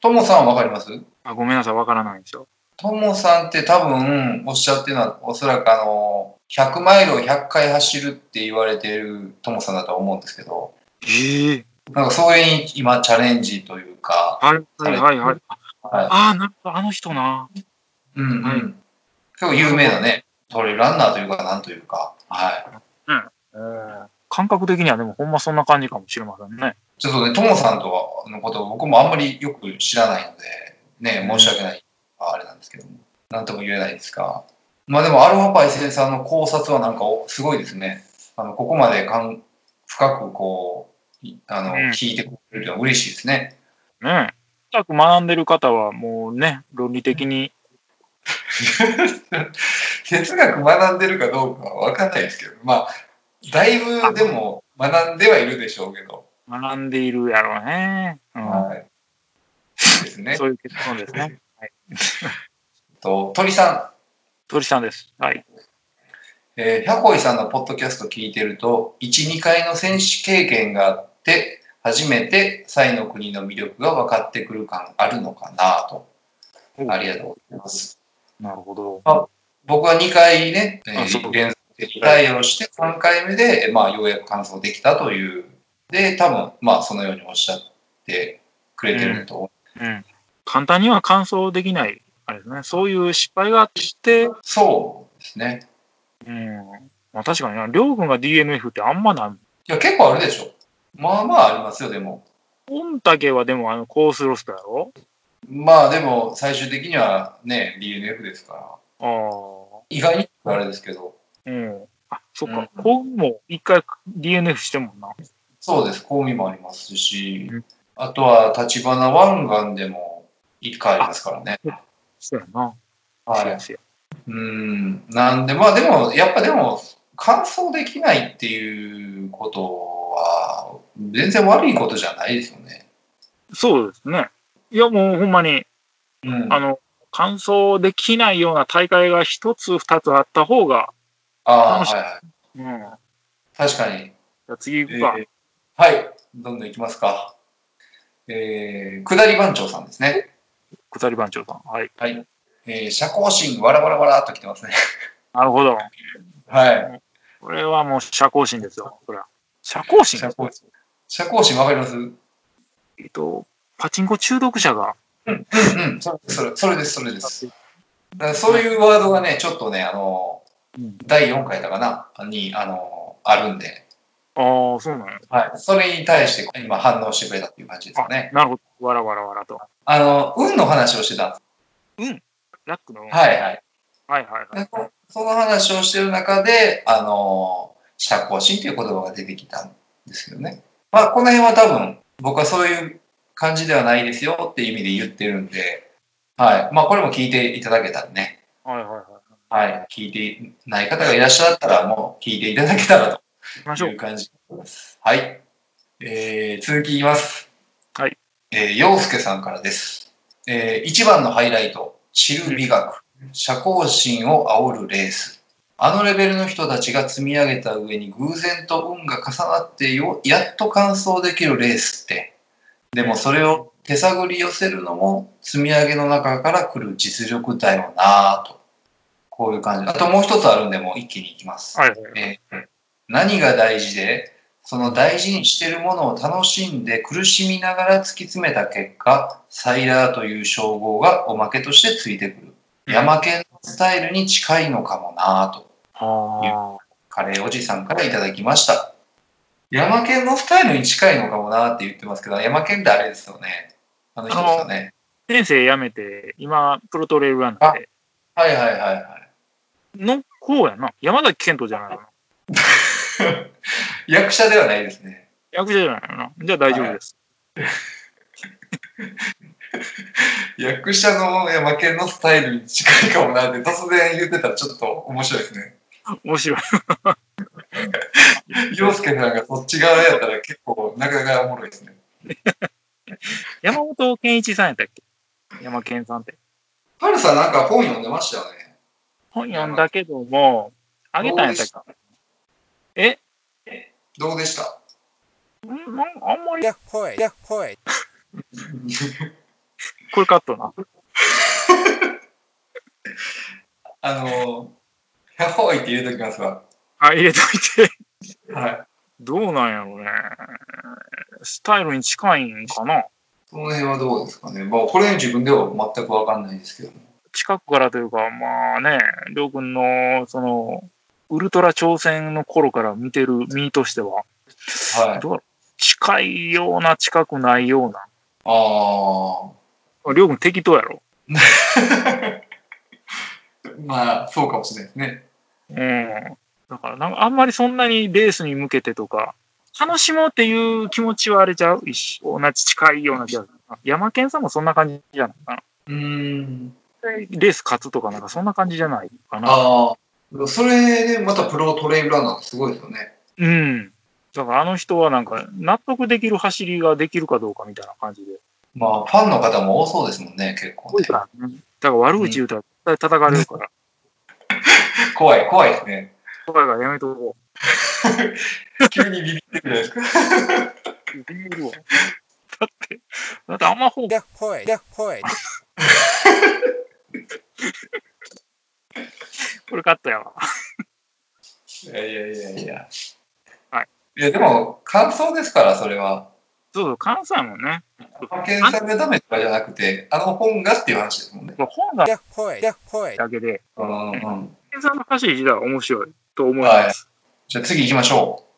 ともさんわかります
あごめんなさい、わからないんですよ。
ともさんって多分おっしゃってるのはおそらくあの、100マイルを100回走るって言われてるともさんだとは思うんですけど、
ええ
なんかそれに今チャレンジというか、
はいはいはいは
は
い。
い。
ああ、なるほど、あの人な。
うんうん。
はい
結構有名なね、トレイルランナーというか、なんというか、はい。
感覚的にはでもほんまそんな感じかもしれませんね。
ちょっとね、ともさんとはのことを僕もあんまりよく知らないので、ね、申し訳ない、あれなんですけども、なんとも言えないですが、まあでも、アルファパイセンさんの考察はなんかおすごいですね。あの、ここまでかん深くこう、いあの、
うん
聞いてくれるのは嬉しいですね。
ねえ。深く学んでる方はもうね、論理的に、
哲学学んでるかどうかは分かんないですけど、まあ、だいぶでも学んではいるでしょうけど、
学んでいるやろうね。うん。
はい。ですね。
そういう結論ですね。
と鳥さ
鳥さんです。はい。
ん、えー、百鬼さんのポッドキャスト聞いてると、1、2回の選手経験があって、初めてサイの国の魅力が分かってくる感あるのかなと。ありがとうございます。
なるほど。
僕は2回ね、え
あそう
ー連続で対応して、3回目で、えーまあ、ようやく完走できたという。で、多分、まあ、そのようにおっしゃってくれてると思う
うん。簡単には感想できない。あれですね。そういう失敗があって、
そうですね。
うん。まあ確かにな、りょうくんが DNF ってあんまない。
いや、結構あるでしょ。まあまあありますよ、でも。
御嶽はでもあのコースロストやろ
まあでも、最終的にはね、BNF ですから。
あ
意外にあれですけど。
あ。うん。あ、そっか。
うん
こうも一回 DNF してんもんな。
そうです、香味もありますし
うん、
あとは、立花湾岸でも1回ありますからね。
そうやな。
は
そうや
い。
そうや
うん。なんで、まあでも、やっぱでも、完走できないっていうことは、全然悪いことじゃないですよね。
そうですね。いや、もうほんまに、
うん。
あの、完走できないような大会が一つ二つあった方が、
ああ
楽し
ー、
い
はいはい。
うん。じゃ
確かに。
あ次行
え
くか。
ーはい。どんどんいきますか。えー、下り番長さんですね。
下り番長さん。はい。
えー、社交心、わらわらわらっと来てますね。 [laughs]
なるほど。
はい。
これはもう社交心ですよ。これは。社交心
社交心。社交心わかります [coughs] うん
えっと、パチンコ中毒者が、
うん。それ、それそれです、それです。だからそういうワードがね、ちょっとね、あの、
うん
第4回だかな、に、あの、あるんで、
ああ、そうなんや。
はい。それに対して今反応してくれたっていう感じですかね。
なるほど。わらわらわらと。
あの、運の話をしてたんです。
ラックの、はい、
はいはい。
はいはい
でそその話をしてる中で、あの、社交心という言葉が出てきたんですよね。まあ、この辺は多分、僕はそういう感じではないですよっていう意味で言ってるんで、はい。まあ、これも聞いていただけたらね、
はいはいはい。
はい。聞いてない方がいらっしゃったら、もう聞いていただけたら
行きまし
と
ょ
いうう。感じです。はい。えー、続き言います。
はい。
えー、洋介さんからです。えー、一番のハイライト、知る美学、社交心を煽るレース。あのレベルの人たちが積み上げた上に偶然と運が重なってよ、やっと完走できるレースって。でもそれを手探り寄せるのも積み上げの中から来る実力だよなぁと。こういう感じ。あともう一つあるんで、もう一気に行きます。
はいはい。
えー何が大事でその大事にしてるものを楽しんで苦しみながら突き詰めた結果サイラーという称号がおまけとしてついてくる山県のスタイルに近いのかもなぁと
は
カレーおじさんからいただきました山県のスタイルに近いのかもなぁって言ってますけど山県ってあれですよねあの人ですよね
あ。先生辞めて、今、プロトレイルランナーで、
はいはいはいはい
のこうやな。山崎賢人じゃないの
役者ではないですね
役者じゃないのな。じゃあ大丈夫です。
役者の山県のスタイルに近いかもなって突然言ってたらちょっと面白いですね
面白い。
[laughs] 洋介さんがそっち側やったら結構なかなかおもろいですね。
山本健一さんやったっけ山健さんって。
ハルさんなんか本読んでましたよね。
本読んだけども、あげたんやったっけえ
どうでした
うんなんあんまり、
Yahoy, yahoy,
[laughs] これカットな。
あの、ヤッホーイって入れときますわ。
あ、入れといて。
はい。
どうなんやろうね。スタイルに近いんかな
その辺はどうですかね。まあ、これ自分では全くわかんないですけども。
近くからというか、まあね、りょうくんの、その、ウルトラ挑戦の頃から見てる身としては、
はい。
どう近いような、近くないような。
あ
りょうくん適当やろ。
あ。まあ、そうかもしれないですね。
うん。だから、なんかあんまりそんなにレースに向けてとか、楽しもうっていう気持ちはあれちゃう一緒同じ近いような気がするな。山県さんもそんな感じじゃないかな。
うーん。
レース勝つとかなんかそんな感じじゃないかな。
ああ。それでまたプロトレイルランナーってすごいですよね。
うん。だからあの人はなんか納得できる走りができるかどうかみたいな感じで。
まあ、ファンの方も多そうですもんね、結構ね。
だから悪口言うたら絶対叩かれるから。
怖い、怖いですね。
だからやめとこ
急にビビってくるじゃないですか。
う。ビビるわ。だって、だってあんまほう
yahoy, yahoy.
これカットやわ。
いやいやいやいや。
はい。
いや、でも、感想ですから、それは。
そうそう、関西もんね。
派遣さんがダメとかじゃなくて、あの本がっていう話ですもんね。
本が
Yahoy, yahoy.
だけで、
うんうん。
関西の走り自体は面白いと思います。
じゃあ次行きましょう。